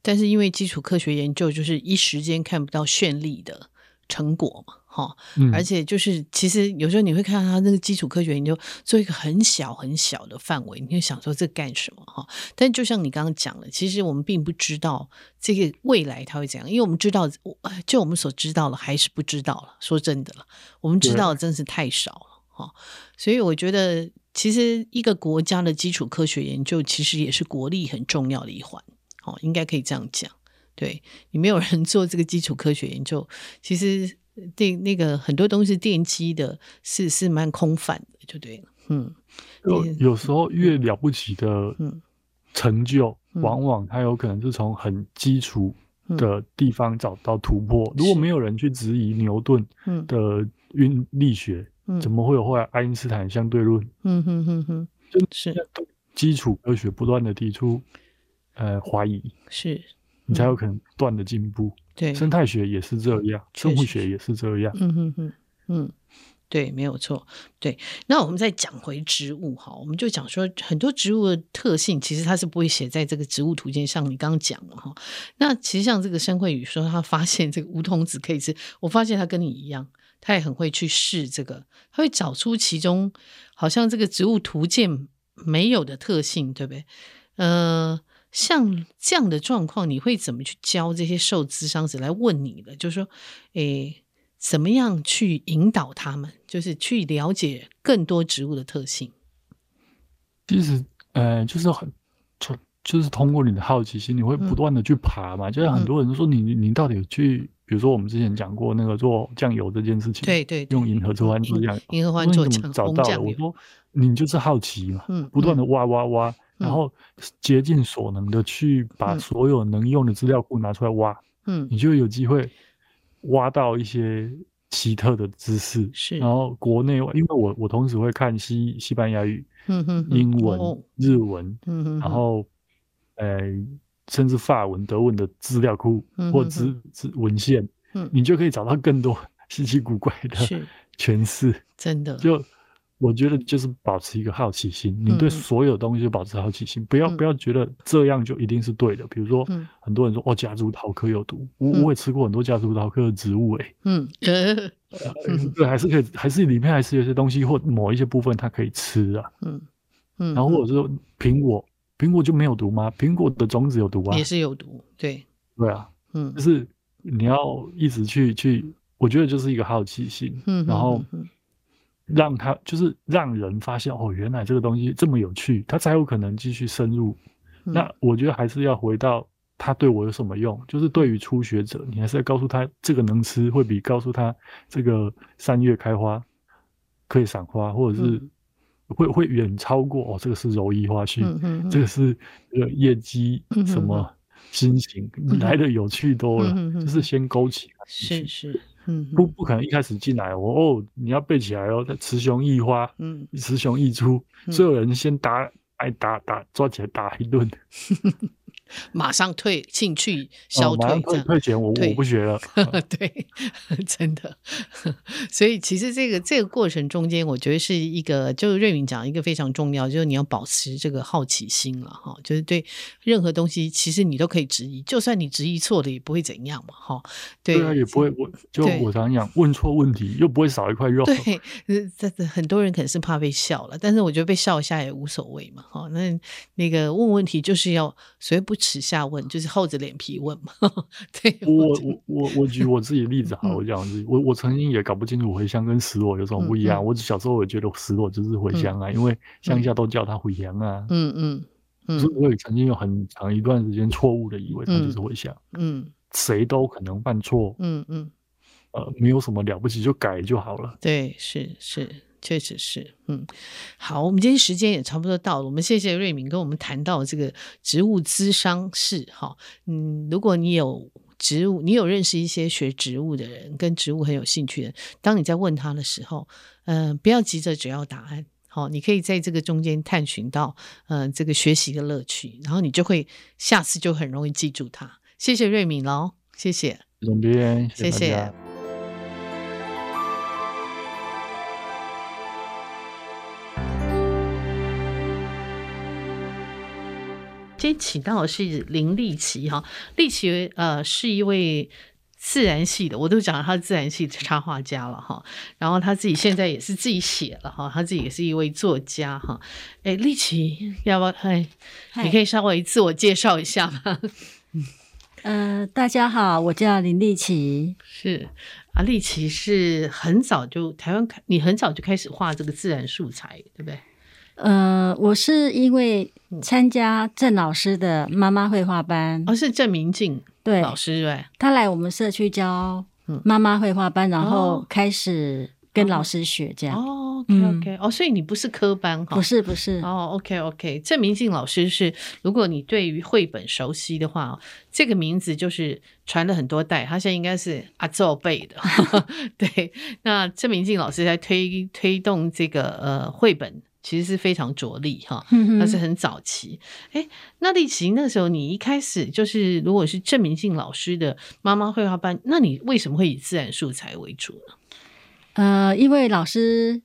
Speaker 3: 但是因为基础科学研究就是一时间看不到绚丽的成果嘛，哈、
Speaker 2: 嗯，
Speaker 3: 而且就是，其实有时候你会看到他那个基础科学研究做一个很小很小的范围，你就想说这干什么哈？但就像你刚刚讲了，其实我们并不知道这个未来它会怎样，因为我们知道，我就我们所知道的还是不知道了。说真的了，我们知
Speaker 2: 对
Speaker 3: 道的真是太少了哈。所以我觉得，其实一个国家的基础科学研究其实也是国力很重要的一环，哦，应该可以这样讲。对你没有人做这个基础科学研究，其实对那个很多东西奠基的是是蛮空泛的，就对了。嗯，
Speaker 2: 有
Speaker 3: 你
Speaker 2: 有时候越了不起的
Speaker 3: 嗯
Speaker 2: 成就，
Speaker 3: 嗯
Speaker 2: 往往它有可能是从很基础
Speaker 3: 嗯
Speaker 2: 的地方找到突破。如果没有人去质疑牛顿
Speaker 3: 嗯
Speaker 2: 的运力学，
Speaker 3: 嗯，
Speaker 2: 怎么会有后来爱因斯坦相对论？
Speaker 3: 嗯哼哼哼，
Speaker 2: 就是基础科学不断的提出呃怀疑，
Speaker 3: 是，
Speaker 2: 你才
Speaker 3: 嗯
Speaker 2: 有可能不断的进步。
Speaker 3: 对，
Speaker 2: 生态学也是这样，
Speaker 3: 确
Speaker 2: 生物
Speaker 3: 实
Speaker 2: 学
Speaker 3: 是
Speaker 2: 也是这样。
Speaker 3: 嗯哼哼，嗯，对，没有错，对。那我们再讲回植物哈，我们就讲说很多植物的特性，其实它是不会写在这个植物图鉴上。你刚刚讲了哈，那其实像这个申慧宇说，他发现这个梧桐子可以吃，我发现他跟你一样。他也很会去试这个，他会找出其中好像这个植物图鉴没有的特性，对不对？呃，像这样的状况，你会怎么去教这些受咨商者来问你的？就是说，诶，怎么样去引导他们，就是去了解更多植物的特性？
Speaker 2: 其实，呃，就是很，从就是通过你的好奇心，你会不
Speaker 3: 嗯
Speaker 2: 断的去爬嘛。就像很
Speaker 3: 嗯
Speaker 2: 多人说你，你到底有去，比如说我们之前讲过那个做酱油这件事情，，
Speaker 3: 对对对，
Speaker 2: 用银河之欢做酱油，
Speaker 3: 银河
Speaker 2: 我
Speaker 3: 欢
Speaker 2: 说
Speaker 3: 做
Speaker 2: 你怎
Speaker 3: 酱
Speaker 2: 么找
Speaker 3: 红
Speaker 2: 到
Speaker 3: 酱
Speaker 2: 的？我
Speaker 3: 油，
Speaker 2: 说你就是好奇嘛，
Speaker 3: 嗯，
Speaker 2: 不断
Speaker 3: 嗯
Speaker 2: 的挖挖挖，然
Speaker 3: 嗯
Speaker 2: 后竭尽所能的去把
Speaker 3: 嗯
Speaker 2: 所有能用的资料库拿出来挖，
Speaker 3: 嗯
Speaker 2: 你就有机会挖到一些奇特的知识。
Speaker 3: 是
Speaker 2: 然后国内外，因为我我同时会看西西班牙语。
Speaker 3: 嗯哼哼
Speaker 2: 英文、
Speaker 3: 哦
Speaker 2: 日文，
Speaker 3: 嗯哼哼，
Speaker 2: 然后呃，甚至法文、德文的资料库
Speaker 3: 嗯
Speaker 2: 或
Speaker 3: 哼
Speaker 2: 资
Speaker 3: 哼
Speaker 2: 资文献，
Speaker 3: 嗯
Speaker 2: 你就可以找到更多 稀奇古怪的
Speaker 3: 是
Speaker 2: 诠释。
Speaker 3: 真的，
Speaker 2: 就我觉得，就是保持一个好奇心，你
Speaker 3: 嗯嗯
Speaker 2: 对所有东西保持好奇心，不要
Speaker 3: 嗯
Speaker 2: 不要觉得这样就一定是对的。比如说
Speaker 3: 嗯，
Speaker 2: 很多人说哦，夹竹桃科有毒，我
Speaker 3: 嗯
Speaker 2: 我也吃过很多夹竹桃科的植物，哎，
Speaker 3: 嗯 呃嗯
Speaker 2: 对，还是可以，还是里面还是有些东西或某一些部分它可以吃啊。
Speaker 3: 嗯嗯，
Speaker 2: 然后或者说苹果，苹果就没有毒吗？苹果的种子有毒啊
Speaker 3: 也，是有毒，对，
Speaker 2: 对啊，
Speaker 3: 嗯
Speaker 2: 就，是你要一直去去，我觉得就是一个好奇心，
Speaker 3: 嗯哼
Speaker 2: 然后
Speaker 3: 哼哼
Speaker 2: 让他就是让人发现哦，原来这个东西这么有趣，他才有可能继续深入。
Speaker 3: 嗯
Speaker 2: 那我觉得还是要回到它对我有什么用，就是对于初学者，你还是要告诉他这个能吃，会比告诉他这个三月开花可以赏花，或者是
Speaker 3: 嗯
Speaker 2: 会会远超过哦，这个是柔一花序，
Speaker 3: 嗯哼哼
Speaker 2: 这个是呃业绩
Speaker 3: 嗯哼嗯
Speaker 2: 什么心情、
Speaker 3: 哼
Speaker 2: 来的有趣多了，
Speaker 3: 嗯哼
Speaker 2: 就
Speaker 3: 哼
Speaker 2: 是先勾起他兴
Speaker 3: 是
Speaker 2: 趣
Speaker 3: 是，嗯
Speaker 2: 不
Speaker 3: 哼
Speaker 2: 不可能一开始进来我哦你要背起来哦，雌雄异花，
Speaker 3: 嗯
Speaker 2: 雌雄异株，
Speaker 3: 嗯
Speaker 2: 所有人先打挨打打抓起来打一顿，
Speaker 3: 马上退兴趣消
Speaker 2: 哦马上
Speaker 3: 退这
Speaker 2: 退
Speaker 3: 样。
Speaker 2: 退钱，我
Speaker 3: 退
Speaker 2: 我不学了，
Speaker 3: 对，真的。 所以其实这个这个过程中间，我觉得是一个，就是瑞云讲一个非常重要，就是你要保持这个好奇心了哈，就是对任何东西，其实你都可以质疑，就算你质疑错了也不会怎样嘛哈。对
Speaker 2: 对啊也不会，我就
Speaker 3: 对
Speaker 2: 我常讲问错问题又不会少一块肉，
Speaker 3: 对， 呃这这很多人可能是怕被笑了，但是我觉得被笑一下也无所谓嘛。哈、那那个问问题就是要所谓不耻下问，就是厚着脸皮问嘛。 对，
Speaker 2: 我
Speaker 3: 觉得
Speaker 2: 我我我举我自己的例子好了，
Speaker 3: 嗯
Speaker 2: 我讲我自己，我我曾经也搞不清楚茴香跟石螺有什么不一
Speaker 3: 嗯
Speaker 2: 样。
Speaker 3: 嗯
Speaker 2: 我小时候也觉得石螺就是茴香啊，因为乡下都叫它茴香啊。
Speaker 3: 嗯嗯
Speaker 2: 可是
Speaker 3: 嗯
Speaker 2: 我也曾经有很长一段时间错误的以为它就是茴香，
Speaker 3: 嗯
Speaker 2: 谁都可能犯错，
Speaker 3: 嗯嗯，
Speaker 2: 呃，没有什么了不起，就改就好了。
Speaker 3: 对，是是，确实是，嗯，好，我们今天时间也差不多到了，我们谢谢瑞敏跟我们谈到这个植物咨商室哈，嗯，如果你有。植物，你有认识一些学植物的呃人，跟植物很有兴趣的人，当你在问他的时候，嗯、不要急着只要答案，好、你可以在这个中间探寻到，呃，这个学习的乐趣，然后你就会下次就很容易记住它。谢谢瑞敏喽，谢谢。
Speaker 2: 总编，
Speaker 3: 谢
Speaker 2: 大
Speaker 3: 谢
Speaker 2: 家
Speaker 3: 今天请到的是林立奇哈，立奇呃是一位自然系的，我都讲了他是自然系的插画家了哈。然后他自己现在也是自己写了哈，他自己也是一位作家哈。哎，立奇，要不要？哎，你可以稍微自我介绍一下吗？
Speaker 4: 呃，大家好，我叫林丽琪。
Speaker 3: 是啊，立奇是很早就台湾开，你很早就开始画这个自然素材，对不对？
Speaker 4: 呃，我是因为参加郑老师的妈妈绘画班，
Speaker 3: 哦，是郑明静
Speaker 4: 对
Speaker 3: 老师对不对。
Speaker 4: 他来我们社区教
Speaker 3: 嗯
Speaker 4: 妈妈绘画班，然
Speaker 3: 哦
Speaker 4: 后开始跟老师学这样。
Speaker 3: 哦，OK OK，、哦，所以你不是科班哈？
Speaker 4: 不是不是，
Speaker 3: 哦，OK OK，郑明静老师是，如果你对于绘本熟悉的话，这个名字就是传了很多代，他现在应该是阿宙辈 的。对，那郑明静老师在推推动这个呃绘本，其实是非常着力哈。
Speaker 4: 嗯哼
Speaker 3: 那是很早期，哎，那丽琪那时候你一开始就是，如果是郑明静老师的妈妈绘画班，那你为什么会以自然素材为主呢？
Speaker 4: 呃，因为老师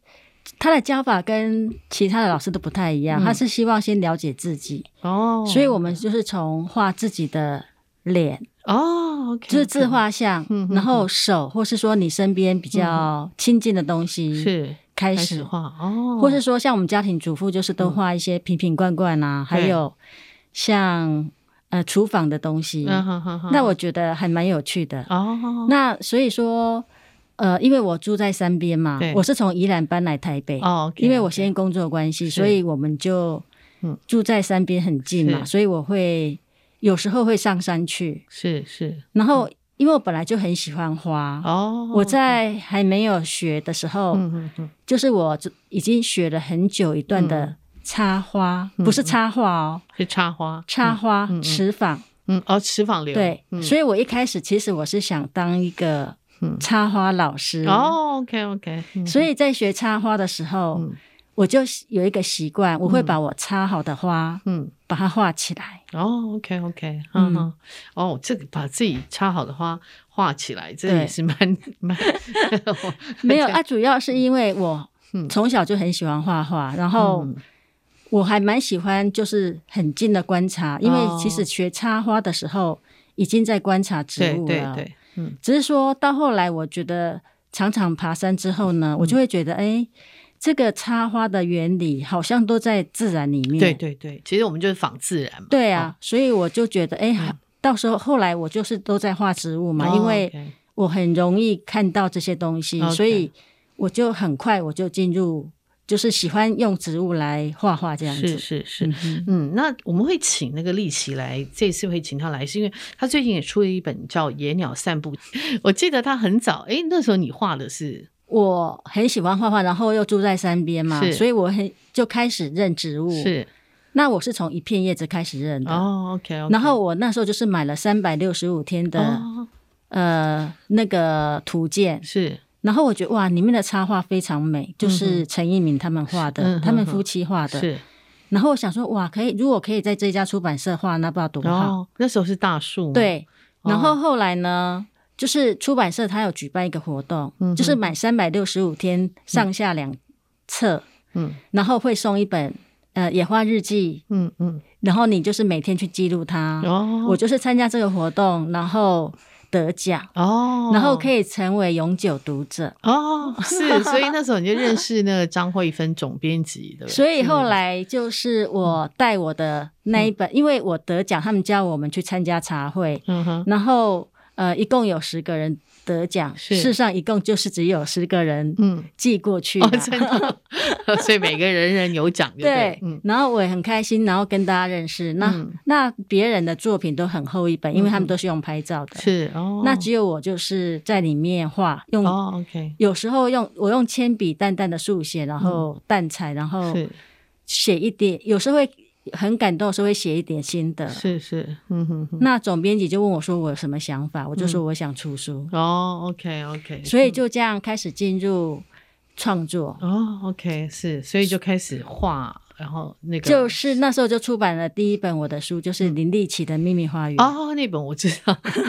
Speaker 4: 他的教法跟其他的老师都不太一
Speaker 3: 嗯
Speaker 4: 样，他是希望先了解自己，
Speaker 3: 哦，
Speaker 4: 所以我们就是从画自己的脸，
Speaker 3: 哦，OK，
Speaker 4: 就是自画像，
Speaker 3: 嗯哼
Speaker 4: 然后手，或是说你身边比较亲近的东西，
Speaker 3: 是
Speaker 4: 开
Speaker 3: 开始
Speaker 4: 始
Speaker 3: 画哦，嗯
Speaker 4: 或是说像我们家庭主妇，就是都画一些瓶瓶罐罐啊，还有像呃厨房的东西。
Speaker 3: 嗯哼哼哼
Speaker 4: 那我觉得还蛮有趣的。
Speaker 3: 哦，
Speaker 4: 那所以说，呃，因为我住在山边嘛
Speaker 3: 对，
Speaker 4: 我是从宜兰搬来台北，
Speaker 3: 哦，OK，
Speaker 4: 因为我先工作关系，
Speaker 3: 是
Speaker 4: 所以我们就
Speaker 3: 嗯
Speaker 4: 住在山边很近嘛，
Speaker 3: 是
Speaker 4: 所以我会有时候会上山去。
Speaker 3: 是是
Speaker 4: 然后，因为我本来就很喜欢花，
Speaker 3: 哦，
Speaker 4: 我在还没有学的时候，
Speaker 3: 嗯嗯嗯
Speaker 4: 就是我这已经学了很久一段的插花，
Speaker 3: 嗯
Speaker 4: 不是插画哦，
Speaker 3: 是插花
Speaker 4: 插花、
Speaker 3: 嗯嗯
Speaker 4: 持坊。
Speaker 3: 嗯哦，池坊流
Speaker 4: 对，所
Speaker 3: 以
Speaker 4: 以我一开始其实我是想当一个
Speaker 3: 嗯
Speaker 4: 插花老师，
Speaker 3: 哦，OK OK，
Speaker 4: 所以在学插花的时候，
Speaker 3: 嗯
Speaker 4: 我就有一个习惯，我会把我插好的花、
Speaker 3: 嗯。
Speaker 4: 把它画起 来。
Speaker 3: 哦，OK OK，嗯
Speaker 4: 嗯
Speaker 3: 哼，哦，这个把自己插好的花画起来，这
Speaker 4: 对
Speaker 3: 也是蛮 蛮
Speaker 4: 没有，
Speaker 3: 啊
Speaker 4: 啊，主要是因为我
Speaker 3: 嗯
Speaker 4: 从小就很喜欢画画，然后
Speaker 3: 嗯
Speaker 4: 我还蛮喜欢就是很近的观察，因为
Speaker 3: 哦
Speaker 4: 其实学插花的时候已经在观察植
Speaker 3: 对
Speaker 4: 物了。啊
Speaker 3: 对对，嗯
Speaker 4: 只是说到后来，我觉得常常爬山之后呢，
Speaker 3: 嗯
Speaker 4: 我就会觉得，哎、这个插花的原理好像都在自然里面。
Speaker 3: 对对对，其实我们就是仿自然嘛，
Speaker 4: 对啊，所以我就觉得，哎、
Speaker 3: 嗯
Speaker 4: 到时候后来我就是都在画植物
Speaker 3: 哦，
Speaker 4: 嘛，因为
Speaker 3: OK
Speaker 4: 我很容易看到这些东西
Speaker 3: OK
Speaker 4: 所以我就很快我就进入，就是喜欢用植物来画画这样子。
Speaker 3: 是是是，
Speaker 4: 嗯哼
Speaker 3: 嗯，那我们会请那个丽奇来，这次会请她来，是因为她最近也出了一本叫《野鸟散步》，我记得她很早，哎，那时候你画的是
Speaker 4: 我很喜欢画画，然后又住在山边嘛
Speaker 3: 是，
Speaker 4: 所以我很就开始认植物。，
Speaker 3: 是
Speaker 4: 那我是从一片叶子开始认的。
Speaker 3: 哦，OK，, o k
Speaker 4: 然后我那时候就是买了三百六十五天的、
Speaker 3: 哦
Speaker 4: 呃那个图鉴，
Speaker 3: 是
Speaker 4: 然后我觉得哇，里面的插画非常美，就是陈一鸣他们画的，
Speaker 3: 嗯嗯哼
Speaker 4: 他们夫妻画的。
Speaker 3: 是
Speaker 4: 然后我想说哇，可以如果可以在这家出版社画，那不知道多好。
Speaker 3: 哦，那时候是大树吗，
Speaker 4: 对，
Speaker 3: 哦
Speaker 4: 然后后来呢？就是出版社它有举办一个活动，
Speaker 3: 嗯哼
Speaker 4: 就是买三百六十五天上下两册，
Speaker 3: 嗯
Speaker 4: 然后会送一本呃野花日记，
Speaker 3: 嗯嗯，
Speaker 4: 然后你就是每天去记录它。
Speaker 3: 哦，
Speaker 4: 啊我就是参加这个活动，然后得奖，
Speaker 3: 哦，
Speaker 4: 然后可
Speaker 3: 以
Speaker 4: 以成为永久读者。
Speaker 3: 哦，是，所以那时候你就认识那个张慧芬总编辑，对不对？
Speaker 4: 所以
Speaker 3: 是
Speaker 4: 后来就是我带我的那一本，因为我得奖，他们叫我们去参加茶会，
Speaker 3: 嗯哼，
Speaker 4: 然后呃，一共有十个人得奖，
Speaker 3: 是
Speaker 4: 世上一共就是只有十个人
Speaker 3: 嗯。
Speaker 4: 寄过去嘛、
Speaker 3: 哦，真 的， 所以每个人人有奖，就
Speaker 4: 对
Speaker 3: 对，，嗯，
Speaker 4: 然后我也很开心，然后跟大家认识。那、
Speaker 3: 嗯
Speaker 4: 那别人的作品都很厚一本，因为他
Speaker 3: 嗯
Speaker 4: 们都是用拍照的。
Speaker 3: 是哦，
Speaker 4: 那只有我就是在里面画，用
Speaker 3: 哦，OK，
Speaker 4: 有时候用我用铅笔淡淡的速写，然后淡彩，然后
Speaker 3: 嗯是
Speaker 4: 写一点，有时候会很感动，有时候会写一点心得。
Speaker 3: 是是，嗯哼哼，
Speaker 4: 那总编辑就问我说我有什么想
Speaker 3: 嗯
Speaker 4: 法，我就说我想出书，
Speaker 3: 哦，OK OK，
Speaker 4: 所以就这样开始进入创作。
Speaker 3: 哦，OK，是，所以就开始画，然后那个
Speaker 4: 就是那时候就出版了第一本我的书，
Speaker 3: 嗯
Speaker 4: 就是林立奇的《秘密花园》。
Speaker 3: 哦，那本我知道，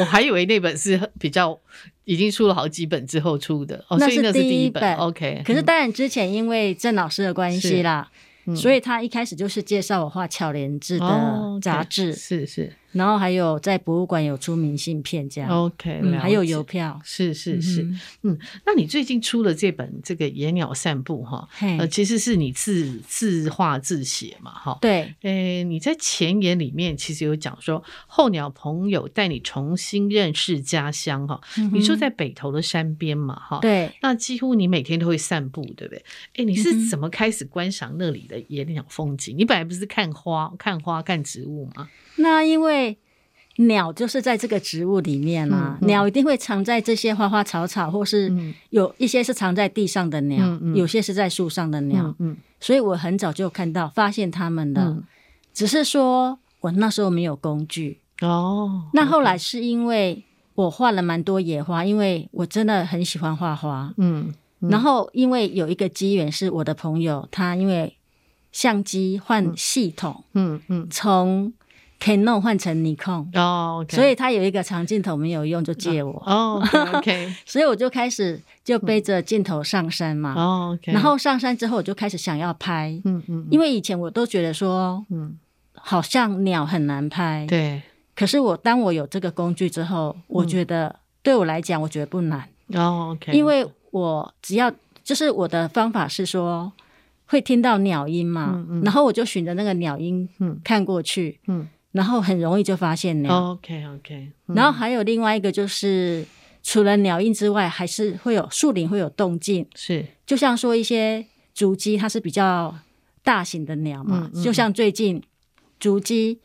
Speaker 3: 我还以为那本是比较已经出了好几本之后出的，哦，
Speaker 4: 那
Speaker 3: 所以
Speaker 4: 是
Speaker 3: 那是
Speaker 4: 第
Speaker 3: 第
Speaker 4: 一
Speaker 3: 本
Speaker 4: 本
Speaker 3: ，OK，
Speaker 4: 可是
Speaker 3: 嗯
Speaker 4: 当然之前因为郑老师的关系啦，
Speaker 3: 嗯
Speaker 4: 所以他一开始就是介绍我画巧莲志
Speaker 3: 哦
Speaker 4: 的
Speaker 3: ，OK，
Speaker 4: 杂志，
Speaker 3: 是是
Speaker 4: 然后还有在博物馆有出明信片这样，
Speaker 3: ，OK，
Speaker 4: 嗯，
Speaker 3: 哦了
Speaker 4: 还有
Speaker 3: 解
Speaker 4: 邮票，
Speaker 3: 是是是，
Speaker 4: 嗯
Speaker 3: 那你最近出了这本这个《野鸟散步》哈，
Speaker 4: 哼，
Speaker 3: 呃，
Speaker 4: 嘿，
Speaker 3: 其实是你自自画自写嘛哈。
Speaker 4: 对，
Speaker 3: 诶，你在前言里面其实有讲说，候鸟朋友带你重新认识家乡哈。你住
Speaker 4: 嗯哼
Speaker 3: 在北投的山边嘛哈，，
Speaker 4: 对。
Speaker 3: 那几乎你每天都会散步，对不对？诶，你
Speaker 4: 嗯
Speaker 3: 是
Speaker 4: 哼
Speaker 3: 怎么开始观赏那里的野鸟风景？你本来不是看花、看花、看植物吗？
Speaker 4: 那因为鸟就是在这个植物里面啊，
Speaker 3: 嗯嗯
Speaker 4: 鸟一定会藏在这些花花草草，或是
Speaker 3: 嗯
Speaker 4: 有一些是藏在地上的鸟，
Speaker 3: 嗯嗯
Speaker 4: 有些是在树上的鸟，
Speaker 3: 嗯嗯
Speaker 4: 所以我很早就看到发现它们的，
Speaker 3: 嗯，
Speaker 4: 只是说我那时候没有工具。
Speaker 3: 哦，
Speaker 4: 那后来是因为我画了蛮多野花，因为我真的很喜欢画花。
Speaker 3: 嗯，嗯
Speaker 4: 然后因为有一个机缘，是我的朋友他因为相机换系统，
Speaker 3: 嗯嗯，
Speaker 4: 从 Canon 换成 Nikon，
Speaker 3: 哦，OK，
Speaker 4: 所以他有一个长镜头没有用，就借我，
Speaker 3: 哦，OK，
Speaker 4: 所以我就开始就背着镜头上山嘛。
Speaker 3: 哦，OK，
Speaker 4: 啊然后上山之后，我就开始想要拍，
Speaker 3: 嗯嗯，
Speaker 4: 因
Speaker 3: 为
Speaker 4: 为以前我都觉得说
Speaker 3: 嗯，
Speaker 4: 好像鸟很难拍，。
Speaker 3: 对，嗯
Speaker 4: 可是我当我有这个工具之后，我觉得对我来讲，我觉得不难，
Speaker 3: 哦，OK，
Speaker 4: 因为我只要就是我的方法是说会听到鸟音嘛，
Speaker 3: 嗯嗯
Speaker 4: 然后我就循着那个鸟音
Speaker 3: 嗯
Speaker 4: 看过去，
Speaker 3: 嗯哦
Speaker 4: 然后很容易就发现鸟。
Speaker 3: ，OK OK，
Speaker 4: 然后还有另外一个就是，除了鸟印之外，还是会有树林会有动静，
Speaker 3: 是，
Speaker 4: 就像说一些竹鸡，它是比较大型的鸟嘛，
Speaker 3: 嗯嗯
Speaker 4: 就像最近竹鸡，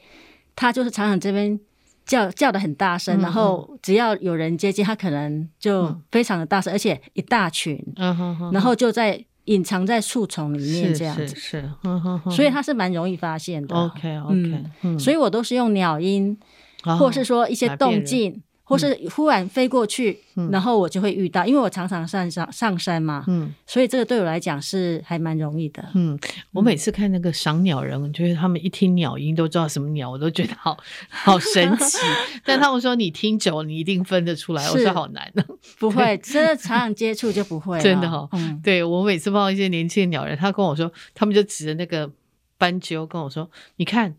Speaker 4: 它就是常常这边。叫叫的很大声，
Speaker 3: 嗯
Speaker 4: 然后只要有人接近，它可能就非常的大声，而且一大群，
Speaker 3: 嗯哼哼，
Speaker 4: 然后就在隐藏在树丛里面
Speaker 3: 是
Speaker 4: 这样
Speaker 3: 是
Speaker 4: 子，
Speaker 3: 是，嗯哼哼，
Speaker 4: 所以它是蛮容易发现的。啊
Speaker 3: OK OK，嗯，
Speaker 4: 所以我都是用鸟音
Speaker 3: 以
Speaker 4: 或是说一些
Speaker 3: 来辨
Speaker 4: 动
Speaker 3: 认
Speaker 4: 静，或是忽然飞过去，
Speaker 3: 嗯
Speaker 4: 然后我就会遇到，因为我常常上上上山嘛，
Speaker 3: 嗯
Speaker 4: 所以这个对我来讲是还蛮容易的。
Speaker 3: 嗯，我每次看那个赏鸟人，我觉得他们一听鸟音都知道什么鸟，我都觉得好好神 奇。但他们说你听久，了，你一定分得出来，我
Speaker 4: 是
Speaker 3: 说好难哦。
Speaker 4: 不会，真的常常接触就不会 了，
Speaker 3: 真的哦
Speaker 4: 嗯，
Speaker 3: 对我每次碰到一些年轻的鸟人，他跟我说，他们就指着那个斑鸠跟我说：“你看，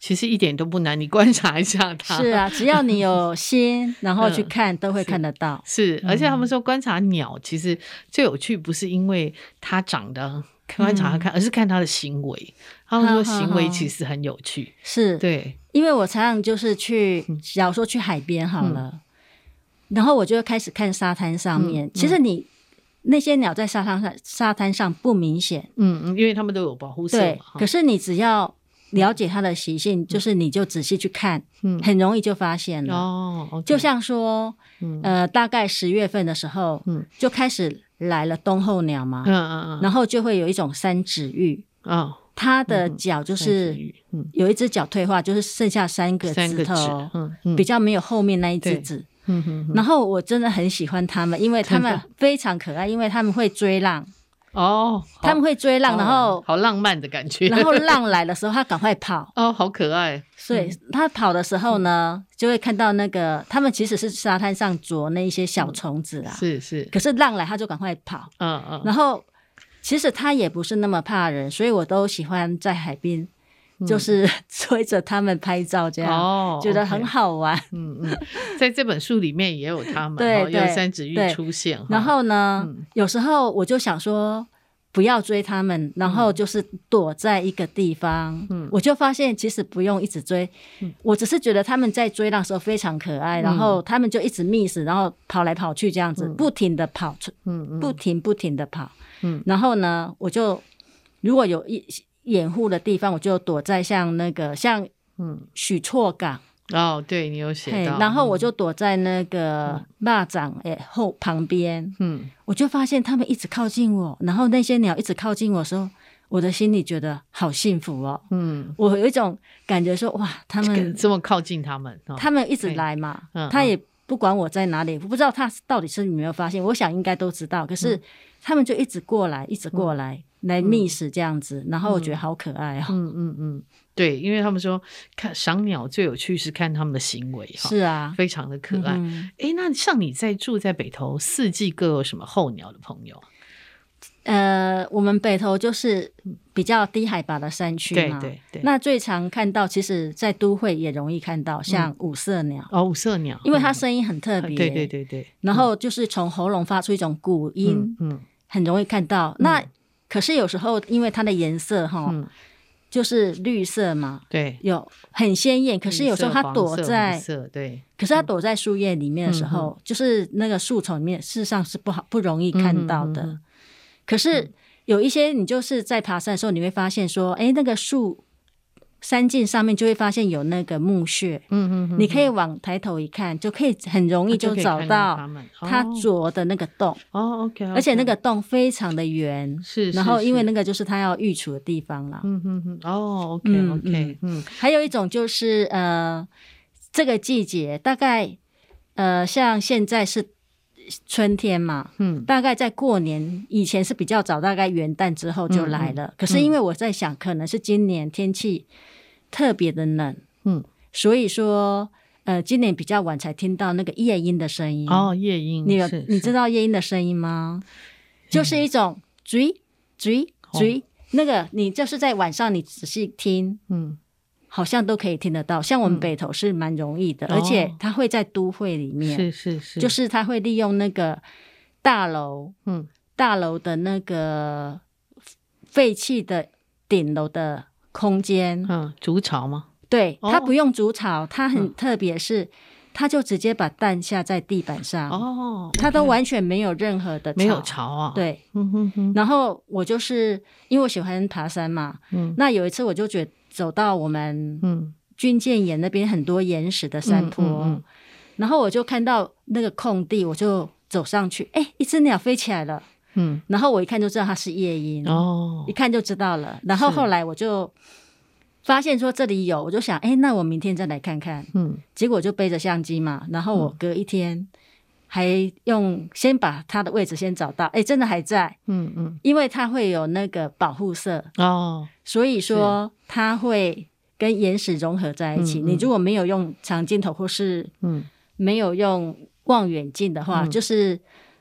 Speaker 3: 其实一点都不难，你观察一下它。”
Speaker 4: 是啊，只要你有心，然后去
Speaker 3: 嗯
Speaker 4: 看，都会
Speaker 3: 是
Speaker 4: 看得到。
Speaker 3: 是，而且他们
Speaker 4: 嗯
Speaker 3: 说观察鸟其实最有趣，不是因为它长得观察它看，而是看它的行为。他们说
Speaker 4: 嗯哈哈
Speaker 3: 行为
Speaker 4: 哈
Speaker 3: 其实很有趣，
Speaker 4: 是，
Speaker 3: 对，
Speaker 4: 因为我常常就是去，
Speaker 3: 嗯
Speaker 4: 假如说去海边好了，然后我就开始看沙滩上面，
Speaker 3: 嗯
Speaker 4: 其实你。那些鸟在沙滩上，沙滩上不明显，
Speaker 3: 嗯嗯，因为他们都有保护色
Speaker 4: 对
Speaker 3: 嘛，，哈
Speaker 4: 可是你只要了解它的习性，就是你就仔细去看，
Speaker 3: 嗯
Speaker 4: 很容易就发现了。
Speaker 3: 哦，OK，
Speaker 4: 就像说，
Speaker 3: 嗯
Speaker 4: 呃，大概十月份的时候，
Speaker 3: 嗯
Speaker 4: 就开始来了冬候鸟嘛
Speaker 3: 嗯，嗯嗯
Speaker 4: 然后就会有一种三指玉，
Speaker 3: 嗯，哦，
Speaker 4: 它的脚就
Speaker 3: 就是嗯
Speaker 4: 有一只脚退化，就是剩下三个
Speaker 3: 三个
Speaker 4: 指
Speaker 3: 指，
Speaker 4: 头，
Speaker 3: 嗯嗯
Speaker 4: 比较没有后面那一只
Speaker 3: 对
Speaker 4: 指。
Speaker 3: 嗯嗯嗯
Speaker 4: 然后我真的很喜欢它们，因为它
Speaker 3: 真的
Speaker 4: 们非常可爱，因为它们会追浪，
Speaker 3: 哦，
Speaker 4: 它们
Speaker 3: 会
Speaker 4: 会追浪，然后
Speaker 3: 好 浪漫的感觉，
Speaker 4: 然后浪来的时候，它赶快跑。
Speaker 3: 哦，好可爱，
Speaker 4: 所以
Speaker 3: 嗯
Speaker 4: 它跑的时候呢，就会看到那个它们其实是沙滩上啄那一些小虫子啊，
Speaker 3: 是是，
Speaker 4: 可是浪来它就赶快跑，
Speaker 3: 嗯嗯，
Speaker 4: 然后其实它也不是那么怕人，所以我都喜欢在海边，就是 追着它们拍照这样，
Speaker 3: 嗯哦，
Speaker 4: 啊觉得
Speaker 3: OK
Speaker 4: 很好玩。
Speaker 3: 嗯嗯，在这本书里面也有他们，
Speaker 4: 对
Speaker 3: 哈有
Speaker 4: 对
Speaker 3: 三指玉
Speaker 4: 对
Speaker 3: 出现，哈
Speaker 4: 然后呢，
Speaker 3: 嗯
Speaker 4: 有时候我就想说。不要追它们，然后就是躲在一个地方。
Speaker 3: 嗯
Speaker 4: 我就发现其实不用一直追，我只是觉得他们在追浪的时候非常可爱，
Speaker 3: 嗯
Speaker 4: 然后他们就一直觅食，然后跑来跑去这样子，
Speaker 3: 嗯
Speaker 4: 不停的跑出，
Speaker 3: 嗯嗯
Speaker 4: 不停不停的跑。
Speaker 3: 嗯
Speaker 4: 然后呢，我就如果有一掩护的地方，我就躲在像那个像
Speaker 3: 嗯
Speaker 4: 许厝港，
Speaker 3: 哦，对你有写
Speaker 4: 嘿
Speaker 3: 到，
Speaker 4: 然后我就躲在那个蚂蚱诶后旁边，
Speaker 3: 嗯
Speaker 4: 我就发现它们一直靠近我，然后那些鸟一直靠近我的时候，我的心里觉得好幸福哦。
Speaker 3: 嗯，
Speaker 4: 我有一种感觉说，哇，他
Speaker 3: 嗯
Speaker 4: 们
Speaker 3: 这么靠近他们，哦
Speaker 4: 他们一直
Speaker 3: 对
Speaker 4: 来嘛
Speaker 3: 嗯，
Speaker 4: 他也不管我在哪里，我不知道他到底是有没有发现，我想应该都知道。可
Speaker 3: 嗯
Speaker 4: 是他们就一直过来，一直过来、来觅食这样子，然后我觉得好可爱哦。
Speaker 3: 嗯嗯嗯，对，因为他们说看赏鸟最有趣是看他们的行为哈，
Speaker 4: 是啊，
Speaker 3: 非常的可爱。
Speaker 4: 嗯
Speaker 3: 诶，那像你在住在北投，四季各有什么候鸟的朋友？
Speaker 4: 呃，我们北投就是比较低海拔的山区
Speaker 3: 对
Speaker 4: 嘛。
Speaker 3: 对对，
Speaker 4: 那最常看到，其实在都会也容易看到，像五色鸟，
Speaker 3: 哦，五色鸟，
Speaker 4: 因为它
Speaker 3: 嗯
Speaker 4: 声音很特别、
Speaker 3: 对对。对对，
Speaker 4: 然后就是从喉咙发出一种鼓音
Speaker 3: 嗯，嗯
Speaker 4: 很容易看到。那可是有时候因为它的颜色哈，
Speaker 3: 嗯，
Speaker 4: 就是绿色嘛，
Speaker 3: 对。
Speaker 4: 有很鲜艳。可是有时候
Speaker 3: 绿色
Speaker 4: 它躲
Speaker 3: 黄色
Speaker 4: 在
Speaker 3: 红，色嗯对
Speaker 4: 可是它躲在树叶里面的时候，就是那个树丛里面，事实上是不好不容易看到的。
Speaker 3: 嗯嗯嗯嗯嗯
Speaker 4: 可是有一些你就是在爬山的时候，你会发现说，哎，那个树山径上面就会发现有那个墓穴，
Speaker 3: 嗯嗯，啊
Speaker 4: 你可以往抬头一看，就可以很容易就找
Speaker 3: 他
Speaker 4: 到
Speaker 3: 们，
Speaker 4: 它
Speaker 3: 哦
Speaker 4: 啄的那个洞，
Speaker 3: 哦，OK，
Speaker 4: 而且那个洞非常的圆。
Speaker 3: 是，
Speaker 4: 然后，因为那
Speaker 3: 个，
Speaker 4: 个就是它要育雏的地方啦。
Speaker 3: 嗯嗯嗯，哦
Speaker 4: 嗯
Speaker 3: ，OK，OK，嗯，
Speaker 4: 还有一种就是呃，这个季节大概呃，像现在是春天嘛，
Speaker 3: 嗯
Speaker 4: 大概在过年以前是比较早，大概元旦之后就来
Speaker 3: 嗯
Speaker 4: 了。可是因为我在想，可能是今年天气特别的冷，
Speaker 3: 嗯，
Speaker 4: 所以说呃，今年比较晚才听到那个夜莺的声音。
Speaker 3: 哦，，夜莺，
Speaker 4: 你有
Speaker 3: 是
Speaker 4: 嗯你
Speaker 3: 是
Speaker 4: 知道夜莺的声音吗？就是一种追追
Speaker 3: 哦
Speaker 4: 追，那个你就是在晚上你仔细听，
Speaker 3: 嗯，
Speaker 4: 好像都可以听得到。像我们
Speaker 3: 嗯
Speaker 4: 北投是蛮容易的，
Speaker 3: 哦
Speaker 4: 而且它会在都会里面，
Speaker 3: 是是是，
Speaker 4: 就是它会利用那个大楼
Speaker 3: 嗯，
Speaker 4: 大楼的那个废弃的顶楼的空间，
Speaker 3: 嗯，筑巢吗？
Speaker 4: 对，
Speaker 3: 哦
Speaker 4: 它不用筑巢，它很
Speaker 3: 嗯
Speaker 4: 特别是，它就直接把蛋下在地板上，
Speaker 3: 哦，
Speaker 4: 啊它都完全没有任何的
Speaker 3: 没有。巢啊？，
Speaker 4: 对，
Speaker 3: 嗯哼哼，
Speaker 4: 然后我就是因为我喜欢爬山嘛，
Speaker 3: 嗯
Speaker 4: 那有一次我就觉走到我们
Speaker 3: 嗯，
Speaker 4: 军舰岩那边很多岩石的山坡，
Speaker 3: 嗯嗯嗯
Speaker 4: 然后我就看到那个空地，我就走上去，哎，一只鸟飞起来了，
Speaker 3: 嗯，
Speaker 4: 然后我一看就知道它是夜莺，
Speaker 3: 哦
Speaker 4: 一，看就知道了。然后
Speaker 3: 是
Speaker 4: 后来我就发现说这里有，我就想，哎，那我明天再来看看。
Speaker 3: 嗯，
Speaker 4: 结果就背着相机嘛，然后我隔一天。还用先把它的位置先找到，哎，真的还在，
Speaker 3: 嗯嗯，
Speaker 4: 因为它会有那个保护色，
Speaker 3: 哦，
Speaker 4: 所以说它会跟岩石融合在一起。
Speaker 3: 嗯嗯
Speaker 4: 你如果没有用长镜头或是
Speaker 3: 嗯，
Speaker 4: 没有用望远镜的话，
Speaker 3: 嗯
Speaker 4: 就是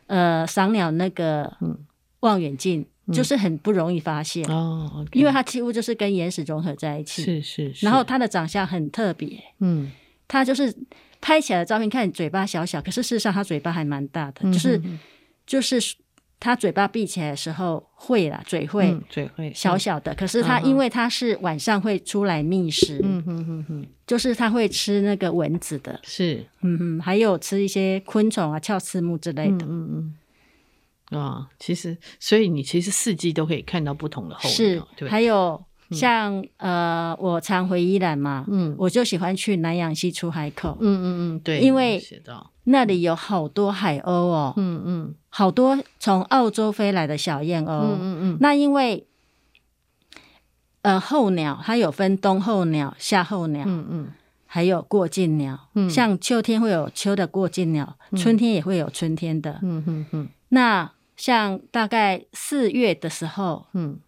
Speaker 4: 呃赏鸟那个
Speaker 3: 嗯
Speaker 4: 望远镜、就是很不容易发现，
Speaker 3: 哦，OK，
Speaker 4: 嗯因为它几乎就是跟岩石融合在一起。
Speaker 3: 是是是，
Speaker 4: 然后它的长相很特别，
Speaker 3: 嗯，
Speaker 4: 它就是拍起来的照片看嘴巴小小，可是事实上它嘴巴还蛮大的，
Speaker 3: 嗯
Speaker 4: 就是
Speaker 3: 嗯嗯
Speaker 4: 就是它嘴巴闭起来的时候会啦，嘴会。
Speaker 3: 嗯嘴会
Speaker 4: 小，小的，可是它
Speaker 3: 嗯哼
Speaker 4: 因为它是晚上会出来觅食，
Speaker 3: 嗯哼哼哼，
Speaker 4: 就是它会吃那个蚊子的，
Speaker 3: 是，
Speaker 4: 嗯哼，还有吃一些昆虫啊、鞘翅目之类
Speaker 3: 嗯
Speaker 4: 的。
Speaker 3: 嗯嗯，啊，其实，所以你其实四季都可以看到不同的候
Speaker 4: 是
Speaker 3: 鸟，，哦对，
Speaker 4: 还有像、呃，我常回宜兰嘛，
Speaker 3: 嗯
Speaker 4: 我就喜欢去南洋溪出海口，
Speaker 3: 嗯嗯嗯，对，
Speaker 4: 因为
Speaker 3: 有写到，
Speaker 4: 那里有好多海鸥哦，
Speaker 3: 嗯嗯
Speaker 4: 好多从澳洲飞来的小燕鸥。
Speaker 3: 嗯嗯嗯，
Speaker 4: 那因为呃候鸟它有分冬候鸟、夏候鸟，
Speaker 3: 嗯嗯
Speaker 4: 还有过境鸟，
Speaker 3: 嗯
Speaker 4: 像秋天会有秋的过境鸟，春天也会有春天的。
Speaker 3: 嗯嗯嗯
Speaker 4: 那像大概四月的时候，
Speaker 3: 嗯，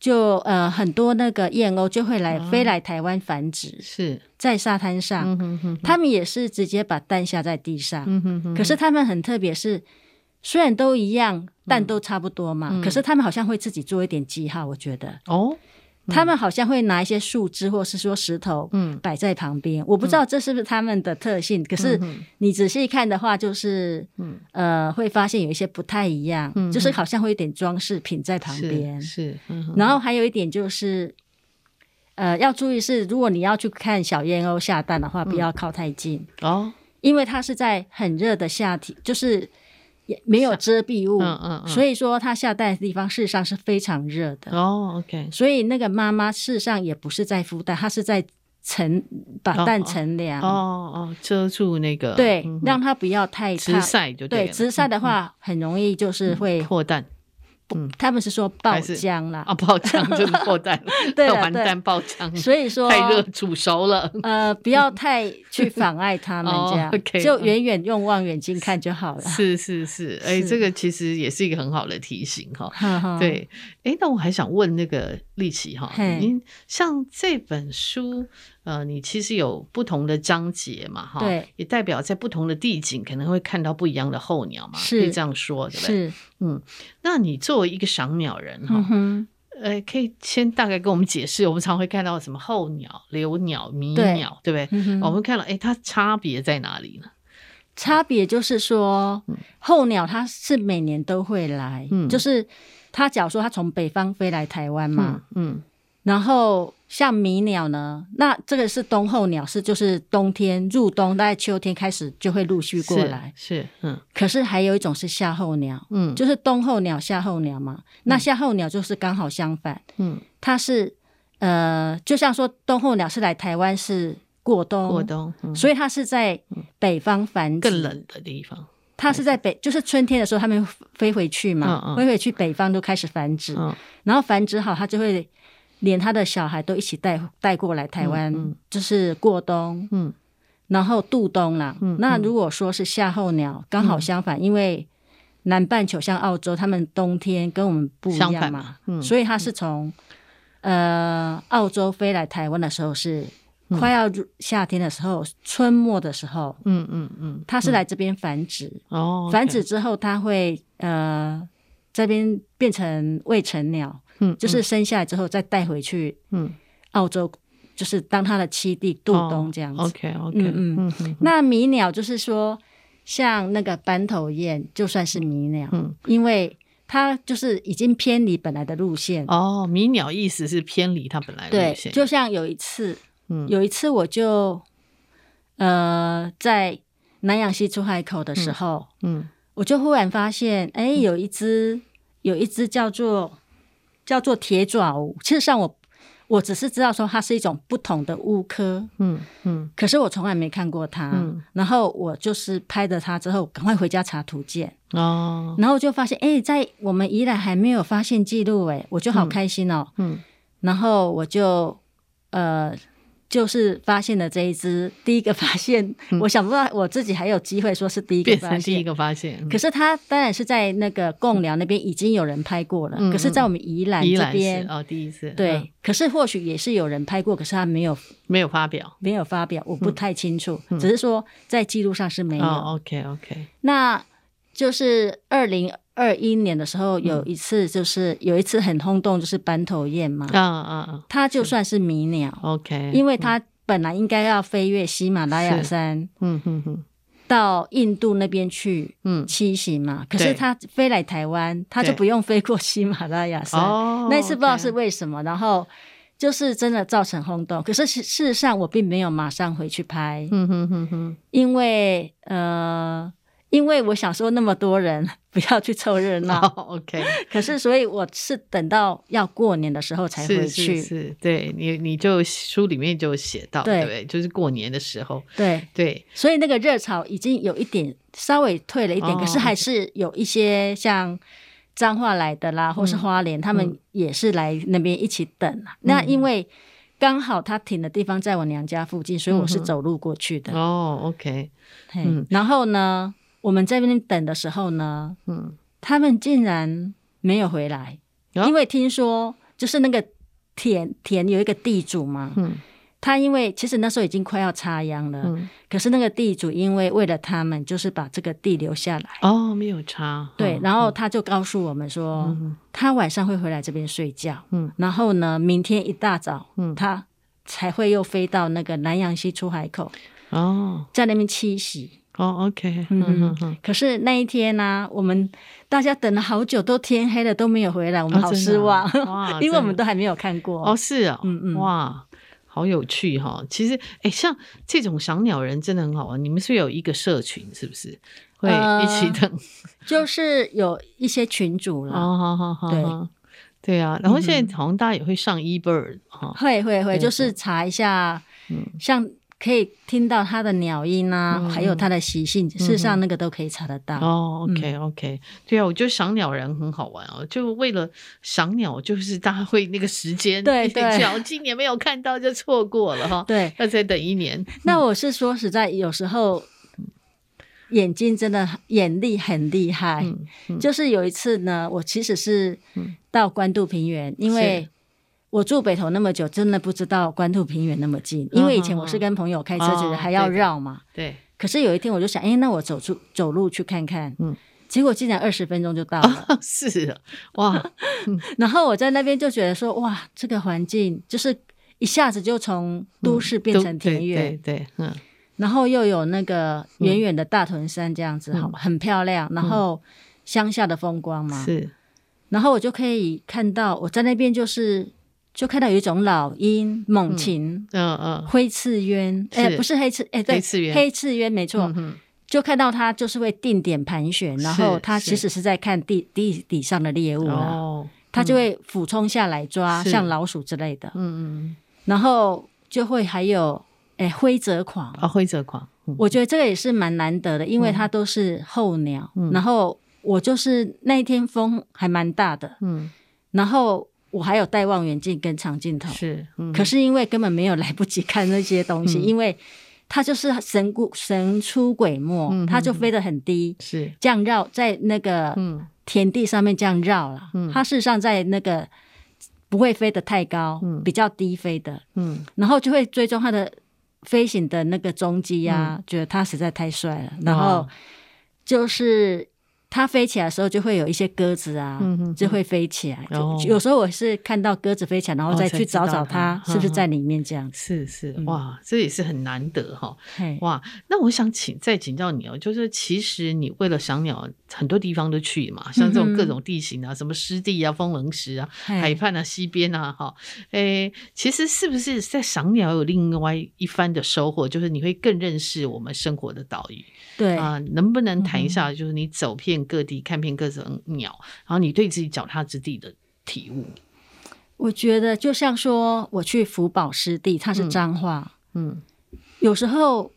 Speaker 4: 就呃很多那个燕鸥就会来、
Speaker 3: 啊
Speaker 4: 飞来台湾繁殖，
Speaker 3: 是，
Speaker 4: 在沙滩上，
Speaker 3: 嗯哼哼，
Speaker 4: 它们也是直接把蛋下在地上。
Speaker 3: 嗯哼哼，
Speaker 4: 可是它们很特别是，虽然都一样，蛋都差不多嘛，
Speaker 3: 嗯
Speaker 4: 可是它们好像会自己做一点记号，我觉得。
Speaker 3: 哦，
Speaker 4: 它们好像会拿一些树枝或是说石头，
Speaker 3: 嗯
Speaker 4: 摆在旁边。我不知道这是不是他们的特性，可是你仔细看的话，就是、
Speaker 3: 嗯
Speaker 4: 呃，会发现有一些不太一样，
Speaker 3: 嗯
Speaker 4: 就是好像会有点装饰品在旁
Speaker 3: 是
Speaker 4: 边。
Speaker 3: 是，嗯哼
Speaker 4: 然后还有一点就是，呃，要注意是，如果你要去看小燕鸥下蛋的
Speaker 3: 嗯
Speaker 4: 话，不要靠太近，
Speaker 3: 哦，
Speaker 4: 因为它是在很热的夏天，就是也没有遮蔽物，
Speaker 3: 嗯嗯嗯
Speaker 4: 所以说它下蛋的地方事实上是非常热的。
Speaker 3: 哦，OK，
Speaker 4: 所以那个妈妈事实上也不是在孵蛋，她是在乘把蛋乘凉，
Speaker 3: 哦哦，遮住那个，
Speaker 4: 对，
Speaker 3: 嗯哼
Speaker 4: 让它不要太
Speaker 3: 直
Speaker 4: 烫。
Speaker 3: 晒就
Speaker 4: 对，
Speaker 3: 了嗯
Speaker 4: 直晒的话很容易就是会
Speaker 3: 破蛋，嗯
Speaker 4: 他们是说爆
Speaker 3: 还是
Speaker 4: 浆啦，，
Speaker 3: 啊，爆浆就是爆蛋
Speaker 4: 对啊
Speaker 3: 完
Speaker 4: 对
Speaker 3: 蛋爆浆，
Speaker 4: 所以说
Speaker 3: 太热煮熟了。
Speaker 4: 呃，不要太去妨碍他们
Speaker 3: 哦
Speaker 4: 这样，
Speaker 3: OK，
Speaker 4: 就
Speaker 3: 嗯
Speaker 4: 远远用望远镜看就好了。
Speaker 3: 是是是，哎、
Speaker 4: 是
Speaker 3: 这个其实也是一个很好的提醒哈。
Speaker 4: 哈 哈，
Speaker 3: 对，哎，那我还想问那个丽琪哈，
Speaker 4: 嗯嘿
Speaker 3: 您像这本书，呃，你其实有不同的章节嘛哈，
Speaker 4: 对，
Speaker 3: 也代表在不同的地景可能会看到不一样的候鸟嘛，可
Speaker 4: 是
Speaker 3: 以这样说对不对？
Speaker 4: 是，
Speaker 3: 那你作为一个赏鸟人哈
Speaker 4: 嗯，哼，
Speaker 3: 呃，可以先大概跟我们解释，我们常会看到什么候鸟、留鸟、迷
Speaker 4: 对
Speaker 3: 鸟，对不对？
Speaker 4: 嗯哼
Speaker 3: 我们看了，哎，它差别在哪里呢？
Speaker 4: 差别就是说
Speaker 3: 嗯，
Speaker 4: 候鸟它是每年都会来，
Speaker 3: 嗯
Speaker 4: 就是它假如说它从北方飞来台湾嘛，
Speaker 3: 嗯嗯
Speaker 4: 然后像迷鸟呢，那这个是冬候鸟，是就是冬天入冬，大概秋天开始就会陆续过
Speaker 3: 是
Speaker 4: 来。
Speaker 3: 是嗯
Speaker 4: 可是还有一种是夏候鸟，
Speaker 3: 嗯
Speaker 4: 就是冬候鸟、夏候鸟嘛。那夏候鸟就是刚好相反，
Speaker 3: 嗯
Speaker 4: 它是呃，就像说冬候鸟是来台湾是过冬，
Speaker 3: 过冬，嗯
Speaker 4: 哦所以它是在北方繁殖，
Speaker 3: 更冷的地方，
Speaker 4: 它是在北，就是春天的时候，它们飞回去嘛，
Speaker 3: 嗯嗯
Speaker 4: 飞回去北方都开始繁殖，
Speaker 3: 嗯
Speaker 4: 然后繁殖好，它就会连它的小孩都一起带带过来台湾，
Speaker 3: 嗯嗯
Speaker 4: 就是过冬，
Speaker 3: 嗯
Speaker 4: 然后度冬啦。
Speaker 3: 嗯
Speaker 4: 那如果说是夏候鸟，刚好相反，因为南半球像澳洲，他们冬天跟我们不一
Speaker 3: 相
Speaker 4: 样
Speaker 3: 反
Speaker 4: 嘛
Speaker 3: 嘛，嗯
Speaker 4: 所以它是从、呃澳洲飞来台湾的时候是快要入夏天的时候，春末的时候，
Speaker 3: 嗯嗯嗯，
Speaker 4: 它是来这边繁殖。
Speaker 3: 哦，
Speaker 4: 繁殖，之后，它会呃这边变成未成鸟，
Speaker 3: 嗯，
Speaker 4: 就是生下来之后再带回去
Speaker 3: 嗯
Speaker 4: 澳洲，就是当它的栖地度
Speaker 3: 哦
Speaker 4: 冬这样子。
Speaker 3: ，OK OK，
Speaker 4: 嗯
Speaker 3: 嗯嗯
Speaker 4: 那迷鸟就是说，像那个斑头雁就算是迷鸟，
Speaker 3: 嗯
Speaker 4: 因为它就是已经偏离本来的路线。
Speaker 3: 哦，迷鸟意思是偏离它本来的
Speaker 4: 对
Speaker 3: 路，线，
Speaker 4: 就像有一次，
Speaker 3: 嗯
Speaker 4: 有一次我就呃在南洋溪出海口的时候，
Speaker 3: 嗯
Speaker 4: 我就忽然发现，哎，有一只有一只叫做叫做铁爪乌。事实上我，我只是知道说它是一种不同的乌科，
Speaker 3: 嗯嗯
Speaker 4: 可是我从来没看过它。
Speaker 3: 嗯
Speaker 4: 然后我就是拍了它之后，赶快回家查图鉴，
Speaker 3: 哦，
Speaker 4: 然后我就发现，哎，在我们宜兰还没有发现记录，哎，我就好开心哦。
Speaker 3: 嗯
Speaker 4: 然后我就呃。就是发现了这一只，第一个发现，
Speaker 3: 嗯
Speaker 4: 我想不到我自己还有机会说是第一个
Speaker 3: 变
Speaker 4: 发
Speaker 3: 成第
Speaker 4: 现
Speaker 3: 一，个发现，嗯
Speaker 4: 可是它当然是在那个贡寮那边已经有人拍过了，
Speaker 3: 嗯
Speaker 4: 可是，在我们宜兰
Speaker 3: 依
Speaker 4: 这
Speaker 3: 然
Speaker 4: 边
Speaker 3: 是，哦第一次，
Speaker 4: 对，
Speaker 3: 嗯
Speaker 4: 可是或许也是有人拍过，可是他没有
Speaker 3: 没有发表，
Speaker 4: 没有发表，我不太清楚，
Speaker 3: 嗯
Speaker 4: 只是说在记录上是没有。
Speaker 3: 哦 OK OK，
Speaker 4: 那就是二零二一年的时候，有一次就是、有一次很轰动，就是斑头雁嘛，
Speaker 3: 啊啊啊
Speaker 4: 它就算是迷鸟，
Speaker 3: ，OK，
Speaker 4: 因为它本来应该要飞越喜马拉雅
Speaker 3: 是
Speaker 4: 山
Speaker 3: 嗯嗯嗯
Speaker 4: 到印度那边去，
Speaker 3: 嗯，
Speaker 4: 栖息嘛，可是
Speaker 3: 对
Speaker 4: 他飞来台湾，他就
Speaker 3: 对
Speaker 4: 不用飞过喜马拉雅山。
Speaker 3: 哦，
Speaker 4: 那一次不知道是
Speaker 3: OK
Speaker 4: 为什么，然后就是真的造成轰动。可是事事实上，我并没有马上回去拍，
Speaker 3: 嗯哼哼哼，
Speaker 4: 因为呃，因为我想说那么多人不要去凑热
Speaker 3: 哦
Speaker 4: 闹。
Speaker 3: ，OK，
Speaker 4: 可是，所以我是等到要过年的时候才
Speaker 3: 是
Speaker 4: 回去。
Speaker 3: 是是，对你你就书里面就有写到，
Speaker 4: 对
Speaker 3: 对不对？就是过年的时候，
Speaker 4: 对，
Speaker 3: 对，
Speaker 4: 所以那个热潮已经有一点稍微退了一点，
Speaker 3: 哦
Speaker 4: 可是还是有一些像彰化来的啦，或是花莲，他们也是来那边一起等啊。
Speaker 3: 嗯
Speaker 4: 那因为刚好他停的地方在我娘家附近，所以我是走路过去的。
Speaker 3: 嗯哦，OK，
Speaker 4: 嘿
Speaker 3: 嗯
Speaker 4: 然后呢，我们在那边等的时候呢，
Speaker 3: 嗯，
Speaker 4: 他们竟然没有回来，
Speaker 3: 哦
Speaker 4: 因为听说就是那个田田有一个地主嘛，
Speaker 3: 嗯
Speaker 4: 他因为其实那时候已经快要插秧了，
Speaker 3: 嗯，
Speaker 4: 可是那个地主因为为了他们，就是把这个地留下来。
Speaker 3: 哦，没有差，
Speaker 4: 对，
Speaker 3: 嗯
Speaker 4: 然后他就告诉我们说，
Speaker 3: 嗯
Speaker 4: 他晚上会回来这边睡觉，
Speaker 3: 嗯，
Speaker 4: 然后呢，明天一大早，
Speaker 3: 嗯
Speaker 4: 他才会又飞到那个南洋溪出海口，
Speaker 3: 哦
Speaker 4: 在那边栖息。
Speaker 3: 哦，OK，
Speaker 4: 嗯
Speaker 3: 嗯
Speaker 4: 嗯
Speaker 3: 嗯嗯，
Speaker 4: 可是那一天呢、我们大家等了好久，都天黑了都没有回来，我们
Speaker 3: 哦
Speaker 4: 好
Speaker 3: 真的
Speaker 4: 失望，
Speaker 3: 啊哇
Speaker 4: 因为我们
Speaker 3: 真
Speaker 4: 都还没有看过。
Speaker 3: 哦是哦，
Speaker 4: 嗯嗯
Speaker 3: 哇。好有趣哈、其实，哎，像这种赏鸟人真的很好玩。你们是不是有一个社群，是不是会一起
Speaker 4: 呃
Speaker 3: 等？
Speaker 4: 就是有一些群主啦，
Speaker 3: 哦，好好好，好对啊。然后
Speaker 4: 嗯
Speaker 3: 现在好像大家也会上 eBird 哈、
Speaker 4: 会会会，
Speaker 3: 对
Speaker 4: 就是查一下，
Speaker 3: 嗯
Speaker 4: 像可以听到它的鸟音啊，
Speaker 3: 嗯
Speaker 4: 还有它的习性，事实上那个都可以查得到。
Speaker 3: 哦，OK
Speaker 4: 嗯
Speaker 3: OK，对啊，我觉得赏鸟人很好玩哦，就为了赏鸟，就是大家会那个时间，
Speaker 4: 对对
Speaker 3: 然后今年没有看到就错过了哈，，
Speaker 4: 对，
Speaker 3: 要再等一年。
Speaker 4: 那我是说实在，有时候眼睛真的眼力很厉害。
Speaker 3: 嗯嗯
Speaker 4: 就是有一次呢，我其实是
Speaker 3: 嗯
Speaker 4: 到关渡平原，因为我住北投那么久，真的不知道关渡平原那么近。因为以前我是跟朋友开车，
Speaker 3: 嗯
Speaker 4: 觉得还要绕嘛。
Speaker 3: 对，
Speaker 4: 可是有一天我就想，哎、那我走出走路去看看。
Speaker 3: 嗯
Speaker 4: 结果竟然二十分钟就到了，
Speaker 3: 是啊哇，
Speaker 4: 然后我在那边就觉得说，哇，这个环境就是一下子就从都市
Speaker 3: 嗯
Speaker 4: 变
Speaker 3: 都
Speaker 4: 成
Speaker 3: 对
Speaker 4: 田
Speaker 3: 对
Speaker 4: 园，
Speaker 3: 对，嗯
Speaker 4: 然后又有那个远远的大屯山这样子，
Speaker 3: 嗯
Speaker 4: 好、很漂亮。然后乡下的风光嘛，
Speaker 3: 是，
Speaker 4: 然后我就可以看到我在那边就是就看到有一种老鹰、猛禽、
Speaker 3: 嗯嗯，
Speaker 4: 灰刺鸢，哎、
Speaker 3: 是
Speaker 4: 不是黑刺，哎、对，
Speaker 3: 黑刺鸢
Speaker 4: 黑刺鸢没错。
Speaker 3: 嗯哼
Speaker 4: 就看到它就是会定点盘旋，然后它
Speaker 3: 是
Speaker 4: 其实是在看地地底上的猎物啦，
Speaker 3: 哦，
Speaker 4: 它就会俯冲下来抓，
Speaker 3: 是
Speaker 4: 像老鼠之类的，
Speaker 3: 嗯嗯，
Speaker 4: 然后就会还有哎灰泽狂，
Speaker 3: 啊，灰泽狂，嗯
Speaker 4: 我觉得这个也是蛮难得的，因为它都是候鸟。
Speaker 3: 嗯
Speaker 4: 然后我就是那一天风还蛮大的，
Speaker 3: 嗯
Speaker 4: 然后我还有带望远镜跟长镜头，
Speaker 3: 是，嗯
Speaker 4: 哦可是因为根本没有来不及看那些东西，
Speaker 3: 嗯
Speaker 4: 因为它就是神故神出鬼没，
Speaker 3: 嗯
Speaker 4: 它就飞得很低，
Speaker 3: 是，
Speaker 4: 这样绕在那个
Speaker 3: 嗯
Speaker 4: 田地上面这样绕了。
Speaker 3: 嗯
Speaker 4: 它事实上在那个不会飞得太高，
Speaker 3: 嗯
Speaker 4: 比较低飞的，
Speaker 3: 嗯
Speaker 4: 然后就会追踪它的飞行的那个踪迹呀、
Speaker 3: 嗯
Speaker 4: 觉得它实在太帅了。然后就是它飞起来的时候，就会有一些鸽子啊，
Speaker 3: 嗯哼
Speaker 4: 就会飞起来。就
Speaker 3: 哦
Speaker 4: 有时候我是看到鸽子飞起来，然后再
Speaker 3: 哦才
Speaker 4: 去
Speaker 3: 知道
Speaker 4: 找找
Speaker 3: 它
Speaker 4: 它是不是在里面这样子。
Speaker 3: 是是
Speaker 4: 嗯，
Speaker 3: 哇，这也是很难得哈。嗯
Speaker 4: 嘿
Speaker 3: 哇，那我想请再请教你哦，就是其实你为了赏鸟，很多地方都去嘛，像这
Speaker 4: 嗯
Speaker 3: 种
Speaker 4: 哼
Speaker 3: 各种地形啊，什么湿地啊、风冷石啊、
Speaker 4: 嘿
Speaker 3: 海畔啊、西边啊，哈，诶，其实是不是在赏鸟有另外一番的收获？就是你会更认识我们生活的岛屿
Speaker 4: 对，嗯
Speaker 3: 啊、能不能谈一下，就是你走遍各地，看遍各种鸟，然后你对自己脚踏之地的体悟？
Speaker 4: 我觉得就像说我去福宝湿地，它是
Speaker 3: 嗯
Speaker 4: 彰化，
Speaker 3: 嗯，
Speaker 4: 有时候。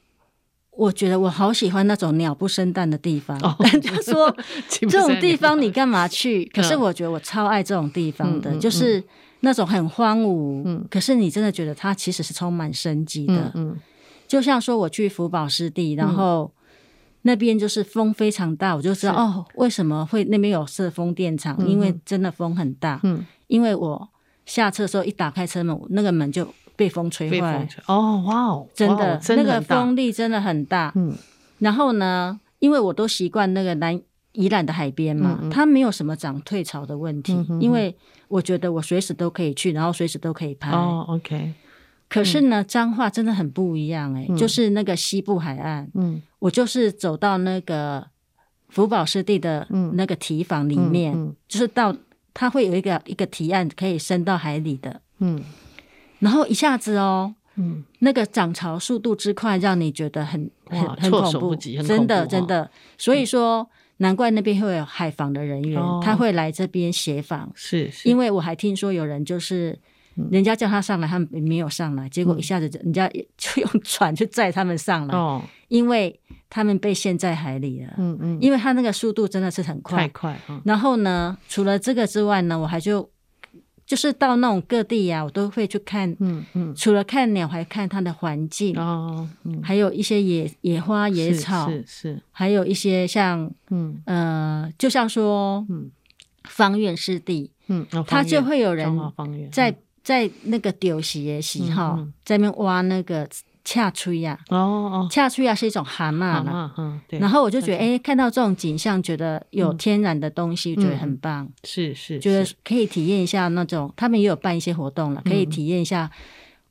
Speaker 4: 我觉得我好喜欢那种鸟不生蛋的地方。
Speaker 3: 哦
Speaker 4: 人家说
Speaker 3: 这
Speaker 4: 这种地方你干嘛去？可是我觉得我超爱这种地方的，
Speaker 3: 嗯嗯嗯
Speaker 4: 就是那种很荒芜，
Speaker 3: 嗯
Speaker 4: 可是你真的觉得它其实是充满生机的。
Speaker 3: 嗯嗯
Speaker 4: 就像说我去福宝湿地，然后那边就是风非常大，我就知道
Speaker 3: 是
Speaker 4: 哦，为什么会那边有设风电场，
Speaker 3: 嗯
Speaker 4: 因为真的风很大。
Speaker 3: 嗯，
Speaker 4: 因为我下车的时候一打开车门，我那个门就被风吹
Speaker 3: 被
Speaker 4: 坏了
Speaker 3: 风，吹哦，哇哦，
Speaker 4: 真
Speaker 3: 哇
Speaker 4: 的
Speaker 3: 哦真
Speaker 4: 那
Speaker 3: 的
Speaker 4: 个
Speaker 3: 很大
Speaker 4: 风力真的很大。
Speaker 3: 嗯
Speaker 4: 然后呢，因为我都习惯那个南宜兰的海边嘛，
Speaker 3: 嗯嗯
Speaker 4: 它没有什么涨退潮的问题，
Speaker 3: 嗯哼哼
Speaker 4: 因为我觉得我随时都可以去，然后随时都可以拍。
Speaker 3: 哦，OK，
Speaker 4: 可是呢，彰化真的很不一样哎、
Speaker 3: 嗯
Speaker 4: 就是那个西部海岸，
Speaker 3: 嗯，
Speaker 4: 我就是走到那个福宝湿地的
Speaker 3: 嗯
Speaker 4: 那个堤防里面，
Speaker 3: 嗯
Speaker 4: 就是到它会有一个一个堤岸可以伸到海里的，
Speaker 3: 嗯
Speaker 4: 然后一下子哦，
Speaker 3: 嗯
Speaker 4: 那个涨潮速度之快，让你觉得很很
Speaker 3: 哇
Speaker 4: 很
Speaker 3: 措
Speaker 4: 恐
Speaker 3: 手
Speaker 4: 怖，
Speaker 3: 不及很
Speaker 4: 真
Speaker 3: 恐
Speaker 4: 的
Speaker 3: 怖
Speaker 4: 真
Speaker 3: 哦
Speaker 4: 的。所以说，难怪那边会有海防的人员，
Speaker 3: 哦
Speaker 4: 他会来这边协防。
Speaker 3: 是是，嗯
Speaker 4: 因
Speaker 3: 为
Speaker 4: 为我还听说有人就是，人家叫他上来，他没有上来，结果一下子就人家也就用船去载他们上来，
Speaker 3: 哦，
Speaker 4: 因为他们被陷在海里了。
Speaker 3: 嗯嗯，
Speaker 4: 因为他那个速度真的是很
Speaker 3: 太
Speaker 4: 快。
Speaker 3: 快啊，
Speaker 4: 然后呢，除了这个之外呢，我还就就是到那种各地啊呀、我都会去看
Speaker 3: 嗯嗯，
Speaker 4: 除了看鸟，还看它的环境，
Speaker 3: 哦，嗯，
Speaker 4: 还有一些野野花、野
Speaker 3: 是
Speaker 4: 草，
Speaker 3: 是是，
Speaker 4: 还有一些像
Speaker 3: 嗯
Speaker 4: 呃，就像说，
Speaker 3: 嗯
Speaker 4: 方院湿地，
Speaker 3: 嗯，哦
Speaker 4: 它
Speaker 3: 方
Speaker 4: 就
Speaker 3: 圆
Speaker 4: 会有人
Speaker 3: 中华方圆
Speaker 4: 在
Speaker 3: 嗯
Speaker 4: 在那个丢席的时候，
Speaker 3: 嗯嗯
Speaker 4: 在那边挖那个恰吹呀，
Speaker 3: 哦哦，
Speaker 4: 恰吹呀啊是一种蛤蟆啦。
Speaker 3: 啊嗯，对，
Speaker 4: 然后我就觉得，
Speaker 3: 恰
Speaker 4: 哎，看到这种景象，觉得有
Speaker 3: 嗯
Speaker 4: 天然的东西，
Speaker 3: 嗯
Speaker 4: 觉得很棒，
Speaker 3: 是是，
Speaker 4: 觉得
Speaker 3: 是
Speaker 4: 可以体验一下那种，他们也有办一些活动了，可以
Speaker 3: 嗯
Speaker 4: 体验一下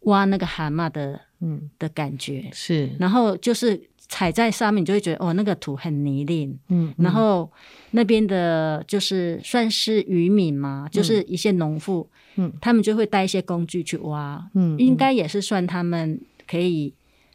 Speaker 4: 挖那个蛤蟆的
Speaker 3: 嗯
Speaker 4: 的感觉。
Speaker 3: 是，
Speaker 4: 然后就是踩在上面，你就会觉得哦，那个土很泥泞。
Speaker 3: 嗯，
Speaker 4: 然后那边的，就是算是渔民嘛，就是一些农妇，
Speaker 3: 嗯
Speaker 4: 他们就会带一些工具去挖，
Speaker 3: 嗯
Speaker 4: 应该也是算他们可以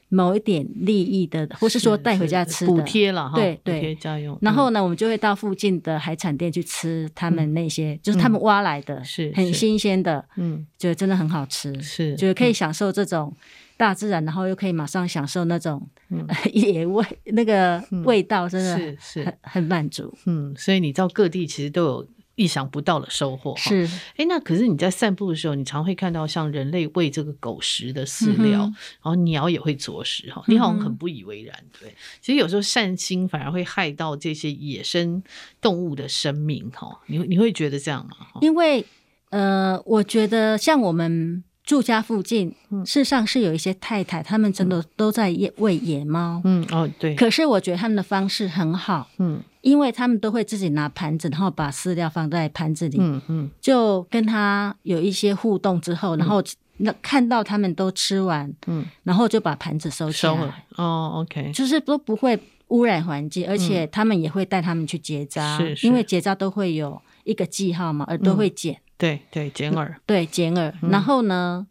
Speaker 4: 某一点利益的，或是说带回家吃的
Speaker 3: 补。贴了哈，
Speaker 4: 对
Speaker 3: 补
Speaker 4: 对
Speaker 3: 贴家用。
Speaker 4: 然后
Speaker 3: 嗯
Speaker 4: 呢，我们就会到附近的海产店去吃他们那些，就是他们挖来的，
Speaker 3: 嗯是
Speaker 4: 很
Speaker 3: 是
Speaker 4: 新鲜的，
Speaker 3: 嗯
Speaker 4: 觉得真的很好吃，
Speaker 3: 是
Speaker 4: 觉得可以享受这种大自然，然后又可以马上享受那种
Speaker 3: 嗯
Speaker 4: 野味，那个
Speaker 3: 嗯
Speaker 4: 味道真的
Speaker 3: 是
Speaker 4: 很
Speaker 3: 是
Speaker 4: 很满足。
Speaker 3: 嗯，所以你到各地其实都有意想不到的收获。哈。
Speaker 4: 是，
Speaker 3: 哎，那可是你在散步的时候，你常会看到像人类喂这个狗食的饲料，
Speaker 4: 嗯哼
Speaker 3: 然后鸟也会啄食哈，你好像
Speaker 4: 嗯
Speaker 3: 很
Speaker 4: 哼
Speaker 3: 不以为然，对。其实有时候善心反而会害到这些野生动物的生命哈，你你会觉得这样吗？哈
Speaker 4: 因为呃，我觉得像我们住家附近，
Speaker 3: 嗯
Speaker 4: 事实上是有一些太太，他们真的都在野喂野猫。
Speaker 3: 嗯哦对，
Speaker 4: 可是我觉得他们的方式很好，
Speaker 3: 嗯
Speaker 4: 因为他们都会自己拿盘子，然后把饲料放在盘子里，
Speaker 3: 嗯嗯
Speaker 4: 就跟它有一些互动之后，然后那看到他们都吃完，
Speaker 3: 嗯，
Speaker 4: 然后就把盘子收起
Speaker 3: 收了
Speaker 4: 来，
Speaker 3: 哦，OK，
Speaker 4: 就是都不会污染环境，而且他们也会带他们去结扎，
Speaker 3: 嗯是是
Speaker 4: 因为结扎都会有一个记号嘛，耳朵
Speaker 3: 嗯
Speaker 4: 会剪。
Speaker 3: 对对，
Speaker 4: 嗯
Speaker 3: 简耳，
Speaker 4: 对，剪耳。
Speaker 3: 嗯
Speaker 4: 然后呢，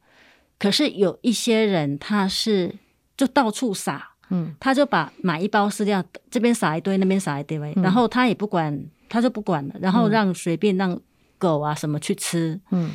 Speaker 4: 可是有一些人他是就到处撒，
Speaker 3: 嗯
Speaker 4: 他就把买一包饲料，这边撒一堆，那边撒一堆，
Speaker 3: 嗯
Speaker 4: 然后他也不管，他就不管了，然后
Speaker 3: 嗯
Speaker 4: 让随便让狗啊什么去吃。
Speaker 3: 嗯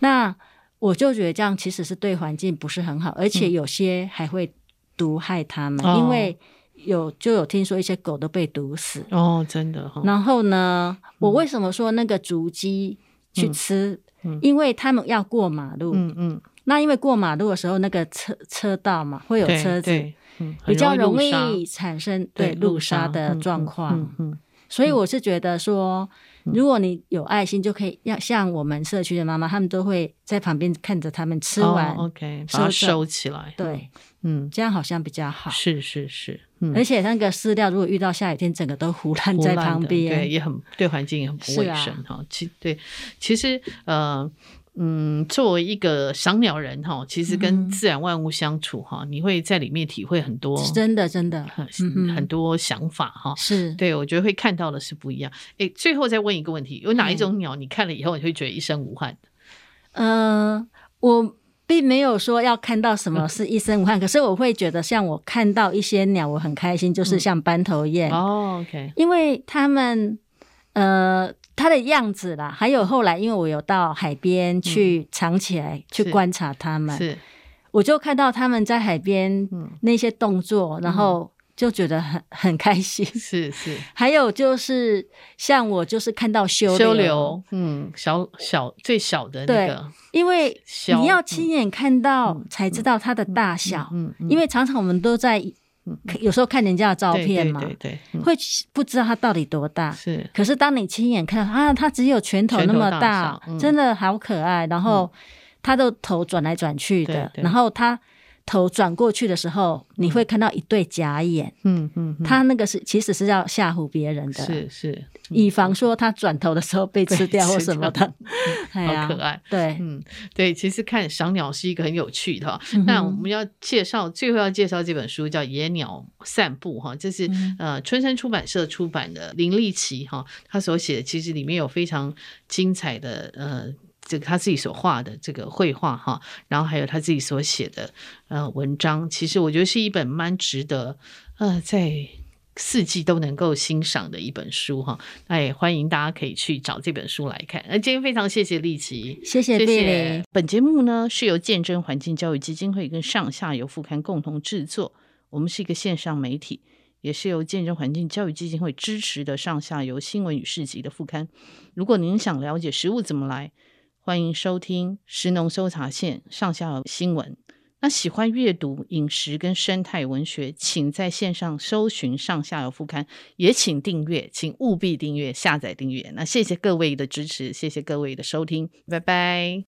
Speaker 4: 那我就觉得这样其实是对环境不是很好，而且有些还会毒害它们，
Speaker 3: 嗯哦
Speaker 4: 因为有就有听说一些狗都被毒死。
Speaker 3: 哦，真的哈，
Speaker 4: 然后呢，我为什么说那个竹鸡去吃？
Speaker 3: 嗯
Speaker 4: 因为他们要过马路，
Speaker 3: 嗯嗯，
Speaker 4: 那因为过马路的时候，那个车车道嘛会有
Speaker 3: 对
Speaker 4: 车子，
Speaker 3: 对嗯，很
Speaker 4: 比较容
Speaker 3: 路杀
Speaker 4: 易产生对
Speaker 3: 路
Speaker 4: 路杀的
Speaker 3: 嗯
Speaker 4: 状
Speaker 3: 嗯
Speaker 4: 况。
Speaker 3: 嗯嗯
Speaker 4: 所以我是觉得说，如果你有爱心，就可以要像我们社区的妈妈，他们都会在旁边看着他们吃完，
Speaker 3: 哦、，OK，把它
Speaker 4: 收着
Speaker 3: 收起来。
Speaker 4: 对，
Speaker 3: 嗯，
Speaker 4: 这样好像比较好。
Speaker 3: 是是是，嗯，
Speaker 4: 而且那个饲料，如果遇到下雨天，整个都腐烂在
Speaker 3: 胡乱
Speaker 4: 旁
Speaker 3: 的对，
Speaker 4: 边，
Speaker 3: 也很对环境也很不卫
Speaker 4: 是啊
Speaker 3: 生哈、其对，其实呃。嗯，作为一个赏鸟人哈，其实跟
Speaker 4: 嗯
Speaker 3: 自然万物相处哈，你会在里面体会很多
Speaker 4: 是真的真的，
Speaker 3: 很
Speaker 4: 嗯哼
Speaker 3: 很多想法哈。
Speaker 4: 是
Speaker 3: 对，我觉得会看到的是不一样。诶，最后再问一个问题，有哪一
Speaker 4: 嗯
Speaker 3: 种鸟你看了以后你会觉得一身无汗？
Speaker 4: 呃，我并没有说要看到什么是一身 无汗，可是我会觉得，像我看到一些鸟，我很开心，
Speaker 3: 嗯
Speaker 4: 就是像斑头雁，
Speaker 3: 哦，OK，
Speaker 4: 因为它们呃它的样子啦，还有后来，因为我有到海边去藏起来、
Speaker 3: 嗯
Speaker 4: 去
Speaker 3: 是
Speaker 4: 观察它们，
Speaker 3: 是，
Speaker 4: 我就看到它们在海边
Speaker 3: 嗯
Speaker 4: 那些动作，然后就觉得很很开心。
Speaker 3: 是是，
Speaker 4: 还有就是像我就是看到修
Speaker 3: 修留，嗯，小小最小的那
Speaker 4: 对
Speaker 3: 个，
Speaker 4: 因为
Speaker 3: 小
Speaker 4: 你要
Speaker 3: 嗯
Speaker 4: 亲眼看到才知道它的大小，
Speaker 3: 嗯，嗯
Speaker 4: 因为常常我们都在有时候看人家的照
Speaker 3: 对
Speaker 4: 片
Speaker 3: 对
Speaker 4: 嘛
Speaker 3: 对，对，嗯
Speaker 4: 会不知道它到底多大。
Speaker 3: 是
Speaker 4: 可是当你亲眼看到啊，它只有拳头那么
Speaker 3: 拳头大小嗯
Speaker 4: 真的好可爱。然后它的头转来转去的，
Speaker 3: 对对
Speaker 4: 然后它头转过去的时候，你会看到一对假眼，
Speaker 3: 嗯嗯，嗯
Speaker 4: 它那个是其实是要吓唬别人的，
Speaker 3: 是嗯是，
Speaker 4: 以防说它转头的时候被吃 掉或什么的。哎呀
Speaker 3: 嗯好可爱。
Speaker 4: 对，
Speaker 3: 嗯，对，其实看赏鸟是一个很有趣的哈。嗯
Speaker 4: 嗯
Speaker 3: 那我们要介绍最后要介绍这本书叫《野鸟散步》哈，这是
Speaker 4: 嗯
Speaker 3: 呃春山出版社出版的林立奇哈，他所写的其实里面有非常精彩的呃。这个他自己所画的这个绘画哈，然后还有他自己所写的呃文章，其实我觉得是一本蛮值得呃在四季都能够欣赏的一本书哈。那也欢迎大家可以去找这本书来看。那今天非常谢谢丽琪，
Speaker 4: 谢谢碧玲。
Speaker 1: 本节目呢是由见证环境教育基金会跟上下游副刊共同制作，我们是一个线上媒体，也是由见证环境教育基金会支持的上下游新闻与市集的副刊。如果您想了解食物怎么来，欢迎收听《食农搜查线》上下游新闻。那喜欢阅读饮食跟生态文学，请在线上搜寻上下游副刊，也请订阅，请务必订阅、下载订阅。那谢谢各位的支持，谢谢各位的收听，拜拜。